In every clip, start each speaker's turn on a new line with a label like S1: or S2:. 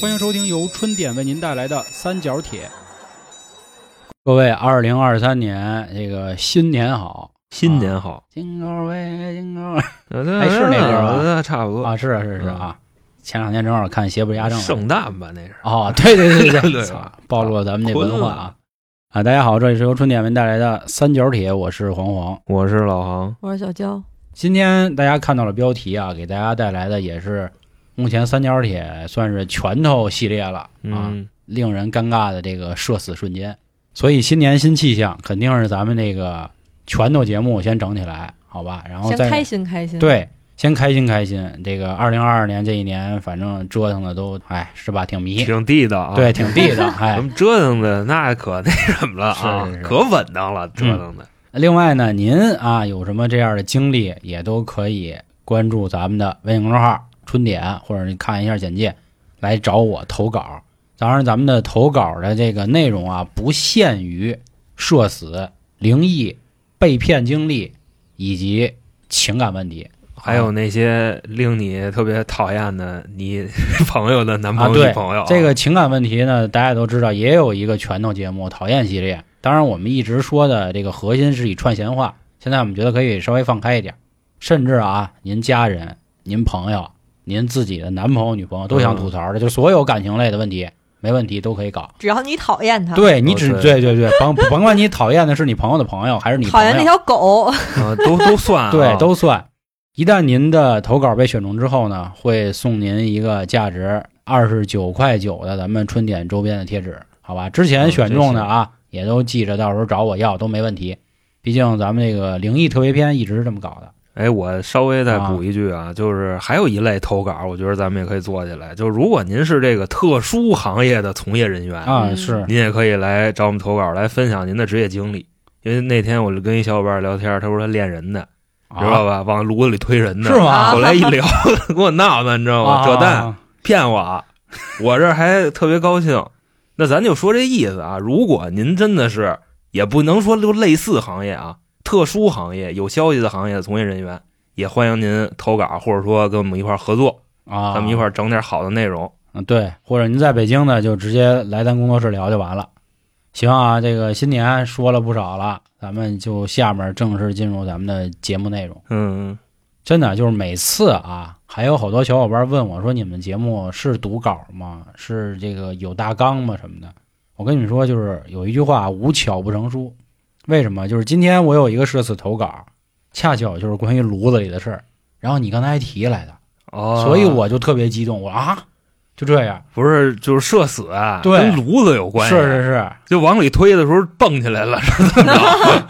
S1: 欢迎收听由春点为您带来的《三角铁》。
S2: 各位，二零二三年这个新年好，
S3: 新年好，
S2: 金钩喂金钩
S3: 还
S2: 哎是那歌吗
S3: 呃差不多啊
S2: 啊，是啊是啊是啊，前两天正好看《邪不压正》
S3: 圣诞吧，那是
S2: 哦，对 对 对对
S3: 对
S2: 操
S3: 吧
S2: 暴露了咱们这文
S3: 混
S2: 化
S3: 了
S2: 啊啊！大家好，这里是由春点为您带来的《三角铁》，我是黄黄。
S3: 我是老航，
S4: 我是小娇，
S2: 今天大家看到了标题啊，给大家带来的也是目前《三角铁》算是拳头系列了啊。
S3: 嗯，
S2: 令人尴尬的这个社死瞬间。所以新年新气象，肯定是咱们这个拳头节目先整起来，好吧？然后
S4: 先
S2: 再
S4: 开心开心。，
S2: 对，先开心开心。这个二零二二年这一年，反正折腾的都哎是吧，挺迷，
S3: 挺地道啊，
S2: 对，，挺地道。哎
S3: 咱，们折腾的那可那什么了啊
S2: 是是，是嗯
S3: 可稳当了，折腾的，
S2: 另外呢，您啊有什么这样的经历，也都可以关注咱们的微信公众号“春点”，或者你看一下简介，来找我投稿。当然，咱们的投稿的这个内容啊，不限于社死、灵异、被骗经历以及情感问题
S3: 还有那些令你特别讨厌的你朋友的男
S2: 啊。
S3: 朋友、
S2: 对
S3: 女朋友啊，，
S2: 这个情感问题呢，大家都知道，也有一个拳头节目《讨厌》系列。当然，我们一直说的这个核心是以串闲话，现在我们觉得可以稍微放开一点，甚至啊，您家人、您朋友、您自己的男朋友、女朋友都
S3: 嗯
S2: 想吐槽的，就所有感情类的问题，没问题都可以搞。
S4: 只要你讨厌他，
S2: 对你只
S3: 哦
S2: 对对对，甭甭管你讨厌的是你朋友的朋友，还是你
S4: 讨
S2: 朋
S4: 厌那
S2: 友，
S4: 条狗，
S3: 啊都都算 啊，
S2: 对都算。一旦您的投稿被选中之后呢，会送您一个价值二十九块九的咱们春点周边的贴纸，好吧？之前
S3: 嗯
S2: 选中的
S3: 真是
S2: 啊，也都记着，到时候找我要都没问题。毕竟咱们这个灵异特别篇一直是这么搞的。
S3: 哎，我稍微再补一句啊，就是还有一类投稿，我觉得咱们也可以做起来。就是如果您是这个特殊行业的从业人员，
S2: 啊，
S4: 嗯
S2: 是
S3: 您也可以来找我们投稿，来分享您的职业经历。因为那天我就跟一小伙伴聊天，他说他练人的，知道
S2: 吧？
S3: 吧？往炉子里推人的。
S2: 是吗
S3: 后来一 聊，给我闹的，你知道吗？扯淡，
S2: 啊
S3: 骗我！啊！我这还特别高兴。那咱就说这意思啊，如果您真的是，也不能说就类似行业啊，特殊行业有消息的行业的从业人员，也欢迎您投稿，或者说跟我们一块儿合作，
S2: 啊，
S3: 咱们一块儿整点好的内容。
S2: 嗯，对，或者您在北京呢，就直接来咱工作室聊就完了。行啊，这个新年说了不少了，咱们就下面正式进入咱们的节目内容。
S3: 嗯，
S2: 真的就是每次啊，还有好多小伙伴问我说：“你们的节目是读稿吗？是这个有大纲吗？什么的？”我跟你们说，就是有一句话，无巧不成书。为什么？就是今天我有一个社死投稿，恰巧就是关于炉子里的事儿。然后你刚才还提来的，
S3: 哦，
S2: 所以我就特别激动，我啊，就这样，
S3: 不是就是社死啊，
S2: 对
S3: 跟炉子有关系，啊
S2: 是是是，
S3: 就往里推的时候蹦起来了，是怎么着？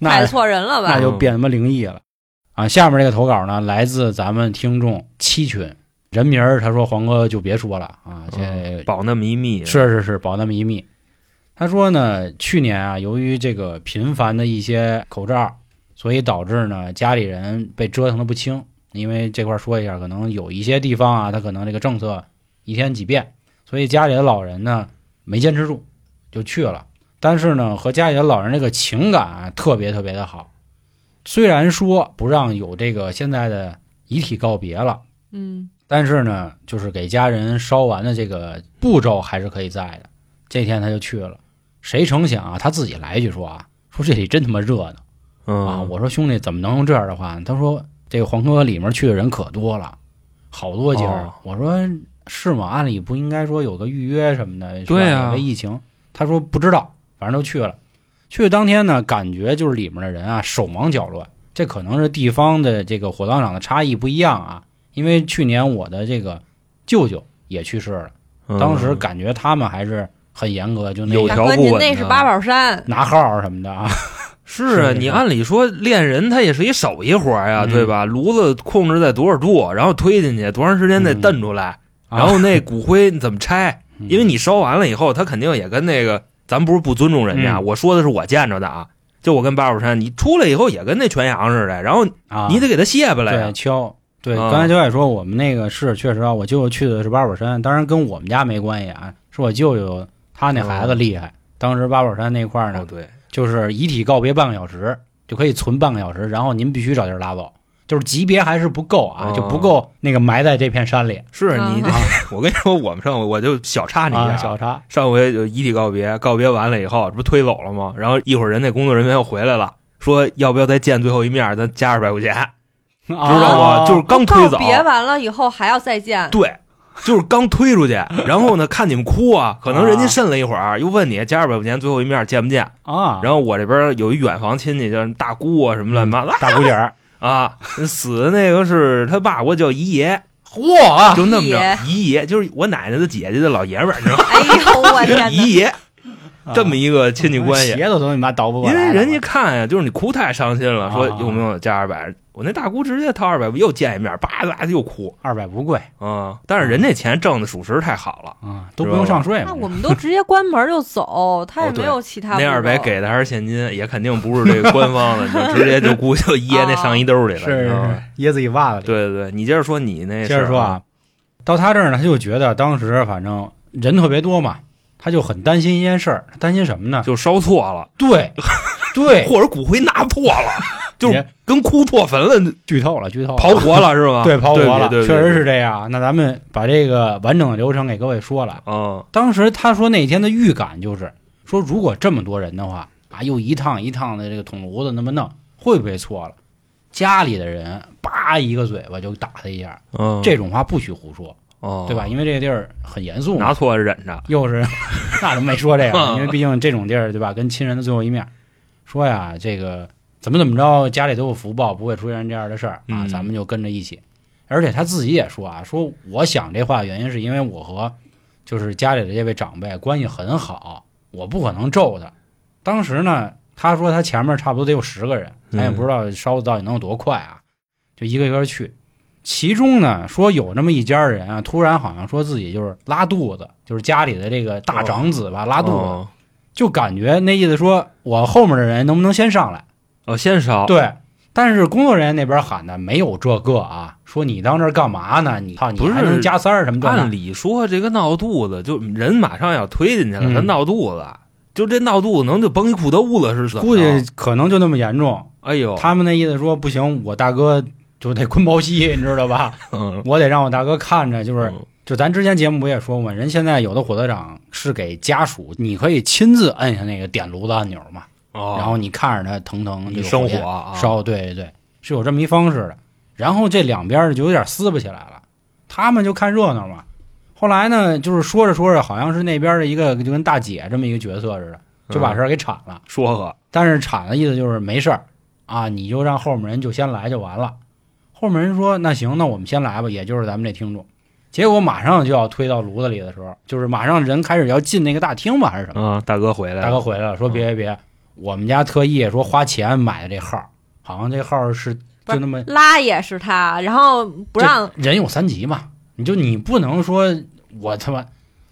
S2: 那
S4: 买错人
S2: 那
S4: 了吧？
S2: 就变他妈灵异了啊！下面这个投稿呢，来自咱们听众七群，人名儿他说黄哥就别说了啊，这
S3: 保那么一密，啊
S2: 是是是，保那么一密。他说呢，去年啊，由于这个频繁的一些口罩，所以导致呢家里人被折腾的不轻。因为这块儿说一下，可能有一些地方啊，他可能这个政策一天几变，所以家里的老人呢没坚持住就去了。但是呢，和家里的老人这个情感啊，特别特别的好。虽然说不让有这个现在的遗体告别了，
S4: 嗯，
S2: 但是呢，就是给家人烧完的这个步骤还是可以在的。这天他就去了，谁成想啊，他自己来一句说啊，说这里真他妈热闹
S3: 嗯
S2: 啊！我说兄弟，怎么能用这样的话呢？他说这个黄哥里面去的人可多了，好多家儿。
S3: 哦
S2: 我说是吗？按理不应该说有个预约什么的，是吧
S3: 对啊
S2: 因为疫情。他说不知道，反正都去了。去当天呢，感觉就是里面的人啊手忙脚乱，这可能是地方的这个火葬场的差异不一样啊。因为去年我的这个舅舅也去世了，
S3: 嗯
S2: 当时感觉他们还是很严格，就那
S3: 有
S2: 个
S4: 大
S3: 条
S4: 哥
S3: 不
S4: 您
S3: 紊
S4: 那
S3: 的
S4: 是八宝山，
S2: 拿号儿什么的啊。
S3: 是啊，
S2: 是
S3: 你按理说练人他也是一手艺活儿呀，
S2: 嗯
S3: 对吧？炉子控制在多少度，然后推进去多长时间内
S2: 嗯
S3: 蹬出来，
S2: 啊嗯
S3: 然后那骨灰你怎么拆？因为你烧完了以后，他肯定也跟那个，咱不是不尊重人家，
S2: 嗯
S3: 我说的是我见着的啊。就我跟八宝山，你出来以后也跟那全羊似的，然后
S2: 啊，
S3: 你得给他卸吧来呀
S2: 对，敲。对，
S3: 啊
S2: 刚才九海说我们那个是确实啊，我舅舅去的是八宝山，当然跟我们家没关系啊，是我舅舅他那孩子厉害。当时八宝山那块儿呢，
S3: 哦哦对，
S2: 就是遗体告别半个小时，就可以存半个小时，然后您必须找地儿拉走。就是级别还是不够啊，
S3: 哦
S2: 就不够那个埋在这片山里
S3: 是
S4: 嗯
S3: 你 这
S2: 啊，
S3: 我跟你说，我们上回我就小插你一
S2: 啊，
S3: 下，
S2: 小茶
S3: 上回就遗体告别，告别完了以后，这不推走了吗？然后一会儿人那工作人员又回来了，说要不要再见最后一面，咱加二百块钱，
S2: 知
S3: 知道
S2: 啊
S3: 吗？就是刚推
S4: 告
S3: 走，
S4: 别完了以后还要再见，
S3: 对，就是刚推出去，然后呢看你们哭啊，可能人家渗了一会儿，又问你加二百块钱最后一面见不见？
S2: 啊，
S3: 然后我这边有一远房亲戚，就是大姑啊什么乱七八糟
S2: 大姑姐儿，
S3: 啊，死的那个是他爸，我叫姨爷，
S2: 嚯，
S3: 就那么
S4: 姨爷
S3: 着，姨爷就是我奶奶的姐姐的老爷们儿，你知道吗？
S4: 哎呦我 天哪！
S3: 姨
S2: 啊
S3: 爷这么一个亲戚关系，
S2: 鞋都从你妈倒不过
S3: 因
S2: 来了，
S3: 为人家看呀，就是你哭太伤心了，说
S2: 啊
S3: 有没有加二百？我那大姑直接掏二百，又见一面，叭叭又哭
S2: 二百不贵
S3: 啊！但是人这钱挣的属实太好了，
S2: 啊，都不用上税
S4: 那
S2: 嘛。
S4: 我们都直接关门就走，他也没有其他。
S3: 那二百，给的还是现金，也肯定不是这个官方的，就直接就估计就掖那上衣兜里了，你
S2: 是
S3: 知道吗？
S2: 是掖自己袜子里。
S3: 对对对，你接着说你那，
S2: 接着说，啊，到他这儿呢，他就觉得当时反正人特别多嘛，他就很担心一件事儿，他担心什么呢？
S3: 就烧错了，
S2: 对，对，
S3: 或者骨灰拿错 了，就是
S2: 别
S3: 跟哭破坟了，
S2: 剧透了，剧透了，啊
S3: 刨活了是吧？
S2: 对，刨活了，
S3: 对对对
S2: 确实是
S3: 对
S2: 这样。啊那咱们把这个完整的流程给各位说了。
S3: 嗯
S2: 当时他说那天的预感就是说，如果这么多人的话，啊，又一趟一趟的这个捅炉子那么弄，会不会错了？家里的人叭一个嘴巴就打他一下，
S3: 嗯，
S2: 这种话不许胡说，
S3: 哦
S2: 对吧？？因为这个地儿很严肃嘛
S3: 拿错了忍着，
S2: 又是 那都没说这个，
S3: 啊嗯
S2: 因为毕竟这种地儿对吧，跟亲人的最后一面，说呀这个怎么怎么着，家里都有福报，不会出现这样的事儿啊，
S3: 嗯
S2: 咱们就跟着一起。而且他自己也说啊，说我想这话的原因是因为我和就是家里的这位长辈关系很好，我不可能咒他。当时呢，他说他前面差不多得有十个人，咱也
S3: 嗯
S2: 不知道烧的到底能有多快啊，就一个一个去。其中呢，说有那么一家人啊，突然好像说自己就是拉肚子，就是家里的这个大长子吧，拉肚子，
S3: 哦
S2: 就感觉那意思说我后面的人能不能先上来？
S3: 哦，先烧，
S2: 对。但是工作人员那边喊的没有这个啊，说你当这儿干嘛呢？你操，你
S3: 不是
S2: 还能加塞儿什么这
S3: 按
S2: 那？
S3: 理说这个闹肚子，就人马上要推进去了，
S2: 嗯
S3: 他闹肚子，就这闹肚子能就崩一裤兜子是怎么着？
S2: 估计可能就那么严重。
S3: 哎呦，
S2: 他们那意思说不行，我大哥就得 坤包息，你知道吧？
S3: 嗯
S2: 我得让我大哥看着，就是
S3: 嗯
S2: 就咱之前节目不也说过吗？人现在有的火葬场是给家属，你可以亲自摁下那个点炉子按钮嘛，
S3: 哦，
S2: 然后你看着它腾腾这
S3: 你
S2: 个
S3: 生
S2: 焰
S3: 火啊，
S2: 烧，对对对，是有这么一方式的。然后这两边儿就有点撕巴起来了，他们就看热闹嘛。后来呢，就是说着说着，好像是那边的一个就跟大姐这么一个角色似的，就把事儿给铲了。
S3: 嗯说和
S2: 但是铲的意思就是没事儿啊，你就让后面人就先来就完了。后面人说那行，那我们先来吧，也就是咱们这听众。结果马上就要推到炉子里的时候，就是马上人开始要进那个大厅吧，还是什么？
S3: 啊，大哥回来了，
S2: 嗯大哥回来了，说别别别，我们家特意说花钱买的这号，好像这号是就那么
S4: 拉也是他，然后不让
S2: 这人有三级嘛，你就你不能说我他妈，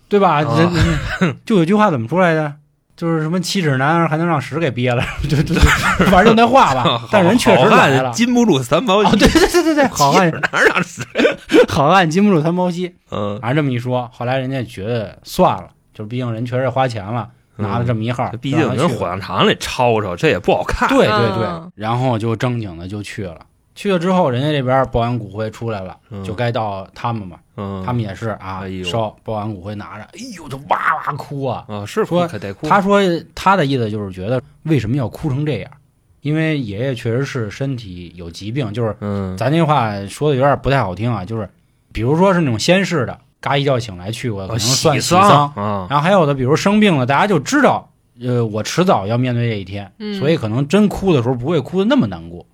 S2: 对吧？
S3: 啊
S2: 人 就有句话怎么说来着？就是什么七尺男儿还能让屎给憋了，就 就就反正就那话吧
S3: 好。
S2: 但人确实
S3: 好
S2: 来
S3: 汉
S2: 了，
S3: 禁不住三毛
S2: 啊，
S3: 衣，
S2: 对对对对对，好汉
S3: 哪儿让死？
S2: 好汉禁不住三毛息。
S3: 嗯，
S2: 反正这么一说，后来人家觉得算了，就是毕竟人确实花钱了，拿了这
S3: 么，
S2: 么一号，
S3: 嗯毕竟
S2: 就让他
S3: 跟
S2: 去了
S3: 火葬场里吵吵，这也不好看，
S2: 对对对
S4: 嗯，
S2: 然后就正经的就去了。去了之后，人家这边包完骨灰出来了，
S3: 嗯
S2: 就该到他们嘛。
S3: 嗯，
S2: 他们也是啊
S3: 哎，呦
S2: 烧包完骨灰拿着，哎呦，就哇哇哭啊。
S3: 啊是
S2: 说
S3: 可得哭，
S2: 他说他的意思就是觉得为什么要哭成这样？因为爷爷确实是身体有疾病，就是
S3: 嗯
S2: 咱这话说的有点不太好听啊，就是比如说是那种先逝的，嘎一觉醒来去过，可
S3: 哦
S2: 能算喜
S3: 丧啊，
S2: 然后还有的，比如生病了，大家就知道，呃，我迟早要面对这一天，
S4: 嗯
S2: 所以可能真哭的时候不会哭的那么难过。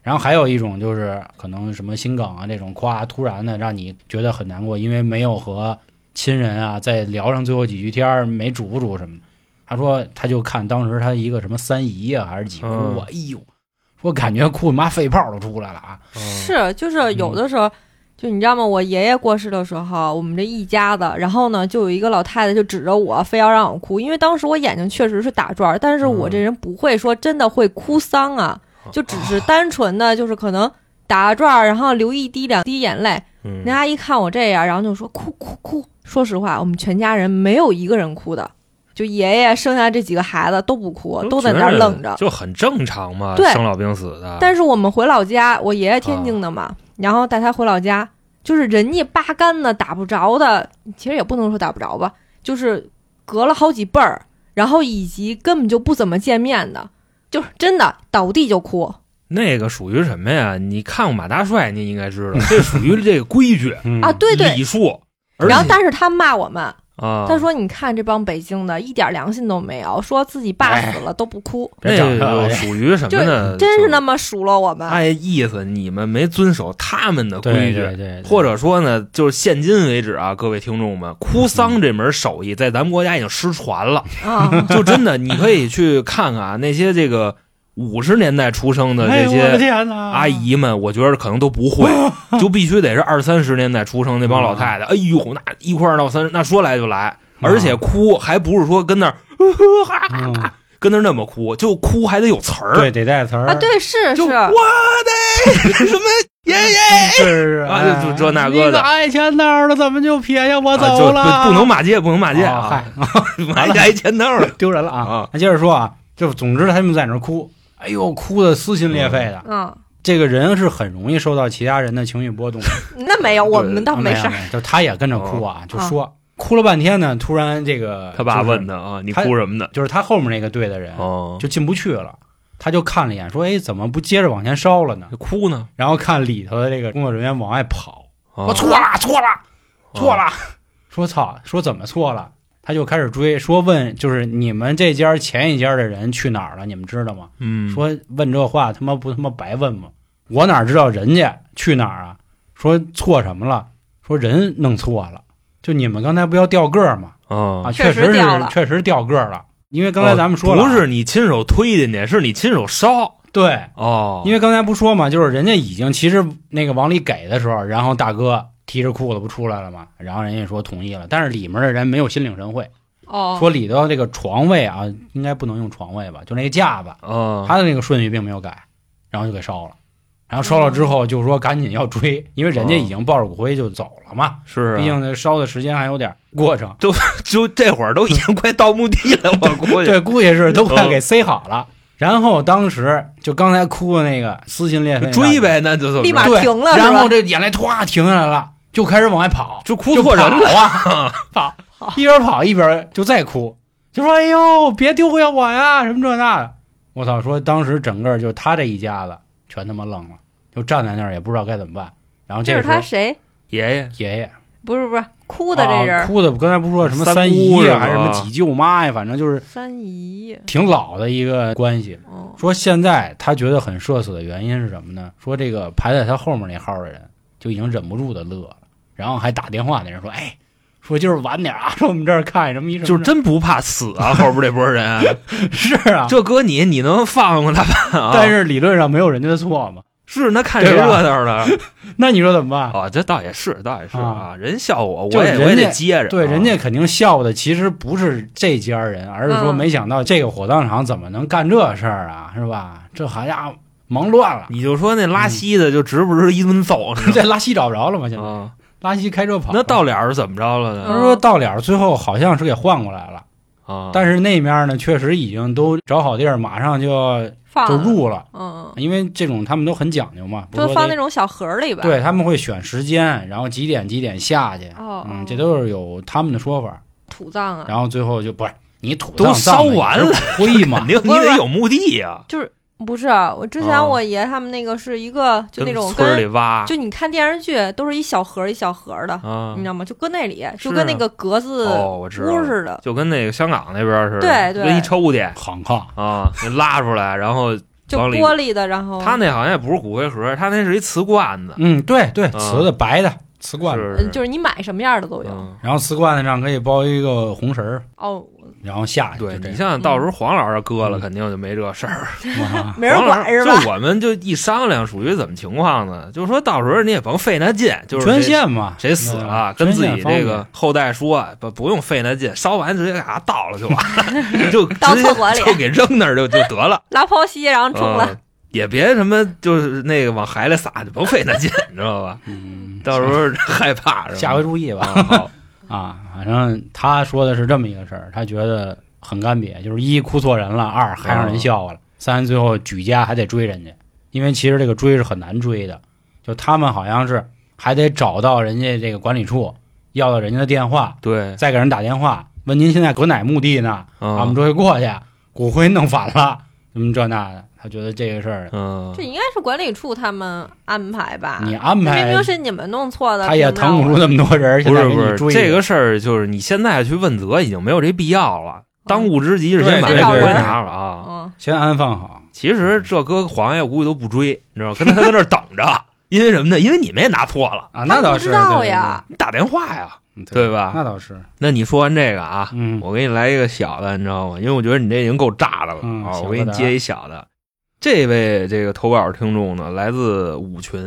S2: 然后还有一种就是可能什么心梗啊这种，夸突然的让你觉得很难过，因为没有和亲人啊再聊上最后几句天儿，没嘱咐嘱什么的。他说他就看当时他一个什么三姨啊还是几姑
S3: 嗯
S2: 啊，哎呦，说感觉哭得妈肺泡都出来了啊，
S3: 嗯
S4: 是，就是有的时候，就你知道吗？我爷爷过世的时候，我们这一家子，然后呢，就有一个老太太就指着我，非要让我哭，因为当时我眼睛确实是打转儿，但是我
S3: 嗯
S4: 这人不会说真的会哭丧啊，
S3: 哦
S4: 就只是单纯的就是可能打转儿，然后流一滴两滴眼泪。
S3: 嗯
S4: 那阿姨看我这样，然后就说哭哭哭。说实话，我们全家人没有一个人哭的，就爷爷剩下这几个孩子都不哭，都在那
S3: 觉
S4: 儿
S3: 得
S4: 愣着。
S3: 就很正常嘛，
S4: 对
S3: 生老病死的。
S4: 但
S3: 是
S4: 是我们回老家，我爷爷天津的嘛，然后带他回老家，就是人家八竿子打不着的，其实也不能说打不着吧，就是隔了好几辈儿，然后以及根本就不怎么见面的，就是真的倒地就哭。
S3: 那个属于什么呀？你看过马大帅，你应该 知道，这属于这个规矩
S2: 嗯
S4: 啊对对
S3: 礼数。而且
S4: 然后，但是他骂我们，
S3: 啊，
S4: 他说：“你看这帮北京的，一点良心都没有，说自己爸死了都不哭，
S2: 别
S3: 那
S2: 讲了
S3: 个就属于什么呢？
S4: 真是那
S3: 就
S4: 么数落我们。
S3: 哎意思，你们没遵守他们的规
S2: 对
S3: 矩
S2: 对，对，
S3: 或者说呢，就是现今为止啊，各位听众们，哭丧这门手艺在咱们国家已经失 传了。
S4: 啊，
S3: 就真的，你可以去看看啊，那些这个五十年代出生的
S2: 哎
S3: 这
S2: 呦我的
S3: 些
S2: 天哪，
S3: 阿姨们，我觉得可能都 不会，就必须得是二三十年代出生那帮老太太。
S2: 啊
S3: 哎呦，那一块儿闹三，那说来就来，而且哭还不是说跟那儿
S2: 嗯
S3: 跟那儿那么哭，就哭还得有词儿。
S2: 对得带词儿
S4: 啊，对，是
S3: 就是我，的什么爷爷
S2: 是是
S3: 啊
S2: 哎
S3: 就就这那个
S2: 你
S3: 的
S2: 爱钱道的怎么就撇下我
S3: 啊
S2: 走
S3: 就
S2: 了？
S3: 不能骂街，不能骂街
S2: 哦
S3: 啊
S2: 嗨，
S3: 买家一钱道儿了。
S2: 丢人了啊
S3: 啊！
S2: 那接着说啊，就总之他们在那儿哭，哎呦，哭的撕心裂肺的。
S4: 嗯，
S2: 这个人是很容易受到其他人的情绪波动的，啊
S4: 那没有，我们倒
S2: 没
S4: 没事
S2: 有
S4: 儿。，
S2: 就他也跟着哭啊，就说哭了半天呢，突然这个
S3: 哦他爸
S2: 就是哎
S3: 问，他啊，你
S2: 他
S3: 哭什么呢？
S2: 就是他后面那个队的人
S3: 哦，
S2: 就进不去了。他就看了一眼，说：“哎，怎么不接着往前烧了呢
S3: 就哭呢？”。
S2: 然后看里头的这个工作人员往外跑，
S3: 我
S2: 我错了，错了，错了，嗯说操，说怎么错了？他就开始追，说问就是你们这家前一家的人去哪儿了？你们知道吗？
S3: 嗯，
S2: 说问这话他妈不他妈白问吗？我哪知道人家去哪儿啊？说错什么了？说人弄错了，就你们刚才不要掉个儿吗？
S3: 啊
S2: 啊，，
S4: 确
S2: 确
S4: 实
S2: 实
S4: 掉了
S2: 是确实掉个儿了，因为刚才咱们说了，
S3: 哦
S2: 啊
S3: 不是你亲手推进去，是你亲手烧
S2: 对，
S3: 哦，
S2: 因为刚才不说嘛，就是人家已经其实那个往里给的时候，然后大哥提着裤子不出来了嘛，然后人家说同意了，但是里面的人没有心领神会，
S4: 哦，
S2: 说里头这个床位啊，应该不能用床位吧，就那个架子，
S3: 啊，
S4: 哦
S2: 他的那个顺序并没有改，然后就给烧了，然后烧了之后就说赶紧要追，因为人家已经抱着骨灰就走了嘛，
S3: 是
S4: 哦
S3: 啊
S2: 毕竟那烧的时间还有点过程，
S3: 就这会儿都已经快到墓地 了，我估计
S2: 对，估计是都快
S3: 嗯
S2: 给塞好了。然后当时就刚才哭的那个撕心裂肺，
S3: 追，呗，那就怎
S4: 立
S3: 么
S4: 马
S3: 着
S2: 对，
S4: 停了是吧
S2: 然后这眼泪唰停下来了，就开始往外跑，
S3: 就哭
S2: 就
S3: 错人
S2: 跑
S3: 了，
S2: 啊， 跑，一边跑一边就再哭，就说：“哎呦，别丢回我呀，什么这那的。”我操！说当时整个就他这一家子全他妈愣了，就站在那儿也不知道该怎么办。然后
S4: 这
S2: 个
S4: 是
S2: 时候
S4: 他谁？
S3: 爷爷
S2: 爷爷
S4: 不是不是，哭的这
S2: 啊
S4: 人，
S2: 哭的，刚才不是说什么
S3: 三
S2: 三
S3: 姑
S2: 姨
S3: 是
S2: 啊
S3: 吧
S2: 还是什么几舅妈呀，反正就是
S4: 三姨，
S2: 挺老的一个关系。
S4: 哦，
S2: 说现在他觉得很社死的原因是什么呢？说这个排在他后面那号的人就已经忍不住的乐了，然后还打电话那人说：“哎，说今儿晚点啊， 说我们这儿看什么一什么
S3: 就是真不怕死 啊，后边这波人，
S2: 是啊，
S3: 这搁你你能放过他们啊？
S2: 但是理论上没有人家的错嘛，
S3: 是那看谁热闹了
S2: 那你说怎么办？
S3: 啊啊？这倒也是，倒也是
S2: 啊
S3: 啊，人笑我，
S2: 就
S3: 我也
S2: 人家
S3: 我也得接着，
S2: 对，
S3: 啊
S2: 人家肯定笑的其实不是这家人，而是说
S4: 嗯
S2: 没想到这个火葬场怎么能干这事儿啊，是吧？这好家伙忙乱了，
S3: 你就说那拉稀的就直不直一顿 揍，你知
S2: 这拉稀找不着了嘛，现
S3: 道
S2: 在
S3: 吗？
S2: 拉稀开车
S3: 啊
S2: 嗯跑，
S3: 嗯那到脸是怎么着了呢？
S2: 他说到了，最后好像是给换过来了。
S3: 啊，
S2: 但是那面呢，确实已经都找好地儿，马上就要
S4: 放
S2: 就
S4: 了，
S2: 入了，
S4: 嗯，
S2: 因为这种他们都很讲究嘛，不
S4: 就是是
S2: 说
S4: 放
S2: 得
S4: 那种小盒儿里吧。，
S2: 对他们会选时间，然后几点几点下去，
S4: 哦，
S2: 嗯，
S4: 哦
S2: 这都是有他们的说法。
S4: 土葬啊，
S2: 然后最后就不是你土
S3: 都
S2: 葬
S3: 烧完了，
S2: 灰嘛
S3: 肯，定你
S4: 不是
S3: 得有墓地啊呀，
S4: 不是我之前
S3: 哦
S4: 我爷他们那个是一个就那种
S3: 村儿里
S4: 跟
S3: 挖
S4: 就你看电视剧都是一小盒儿一小盒儿的，
S3: 啊
S4: 你，知道吗？就搁那里，
S3: 是
S4: 就跟那个格子
S3: 哦，我知道
S4: 屋
S3: 了，
S4: 似的，
S3: 就跟那个香港那边似的，
S4: 对对
S3: 跟一抽屉
S2: 行炕
S3: 啊，给拉出 来，然后
S4: 就
S3: 往里
S4: 玻璃的，然后
S3: 他那好像也不是骨灰盒，他那是一瓷罐子，
S2: 嗯，对对，
S3: 啊
S2: 瓷的白的瓷罐子，
S3: 是
S4: 嗯就是你买什么样的都有。
S3: 嗯
S2: 然后瓷罐子上可以包一个红绳儿，
S4: 哦，
S2: 然后下去，
S3: 对
S2: 哎就这
S3: 你
S2: 样
S3: 像到时候黄老师割了，
S2: 嗯
S3: 肯定就没这事儿。
S2: 哇
S4: 没人
S3: 黄老
S4: 管
S3: 师
S4: 是吧？
S3: 就我们就一商量，属于怎么情况呢？就是说到时候你也甭费那劲，就是
S2: 捐
S3: 谁
S2: 献嘛，
S3: 谁死了，
S2: 对
S3: 跟
S2: 吧
S3: 自
S2: 捐献
S3: 己
S2: 方
S3: 这
S2: 便
S3: 个后代说，不不用费那劲，烧完直接给它倒了就完 了，就
S4: 倒
S3: 直接
S4: 厕所里
S3: 就给扔那儿就就得了。
S4: 拉泡稀，然 后冲了，
S3: 嗯也别什么，就是那个往海里撒，就甭费那劲， 你知道吧？
S2: 嗯，
S3: 到时候 害怕是吧？嗯
S2: 下回注意吧。
S3: 啊好
S2: 啊，反正他说的是这么一个事儿，他觉得很干瘪，就是一哭错人了，二还让
S3: 哦
S2: 人笑话了，三最后举家还得追人家，因为其实这个追是很难追的，就他们好像是还得找到人家这个管理处，要到人家的电话，
S3: 对，
S2: 再给人打电话问您现在搁哪墓地呢？俺们
S3: 嗯
S2: 这回过去，骨灰弄反了，什么这那的，他觉得这个事儿
S3: 嗯
S4: 这，应该是管理处他们安排
S3: 啊
S4: 吧？
S2: 你安
S4: 那
S2: 排
S4: 明明是你们弄错的，
S2: 他也
S4: 凭什么
S2: 腾不出那么多人，现
S3: 不
S2: 在
S3: 是
S2: 给
S3: 不
S2: 你追
S3: 是，这个事儿就是你现在去问责已经没有这必要了，当务之急是先把
S4: 对
S3: 这
S4: 找
S3: 个
S4: 人
S3: 拿了啊。
S4: 嗯，
S2: 先安放好。
S3: 其实这哥皇爷我估计都不追，你知道吗，跟他在那儿等着，因为什么呢？因为你们也拿错了，
S2: 啊，那
S4: 他
S2: 倒
S4: 不
S2: 是
S4: 知道呀，，
S3: 你打电话呀，
S2: 对对
S3: 对吧
S2: 那倒是，
S3: 那你说完这个啊，
S2: 嗯，
S3: 我给你来一个小的，你知道吗？因为我觉得你这已经够炸的了、
S2: 嗯
S3: 啊！
S2: 小
S3: 我给你
S2: 的
S3: 接一小的。这位这个投稿听众呢，来自五群，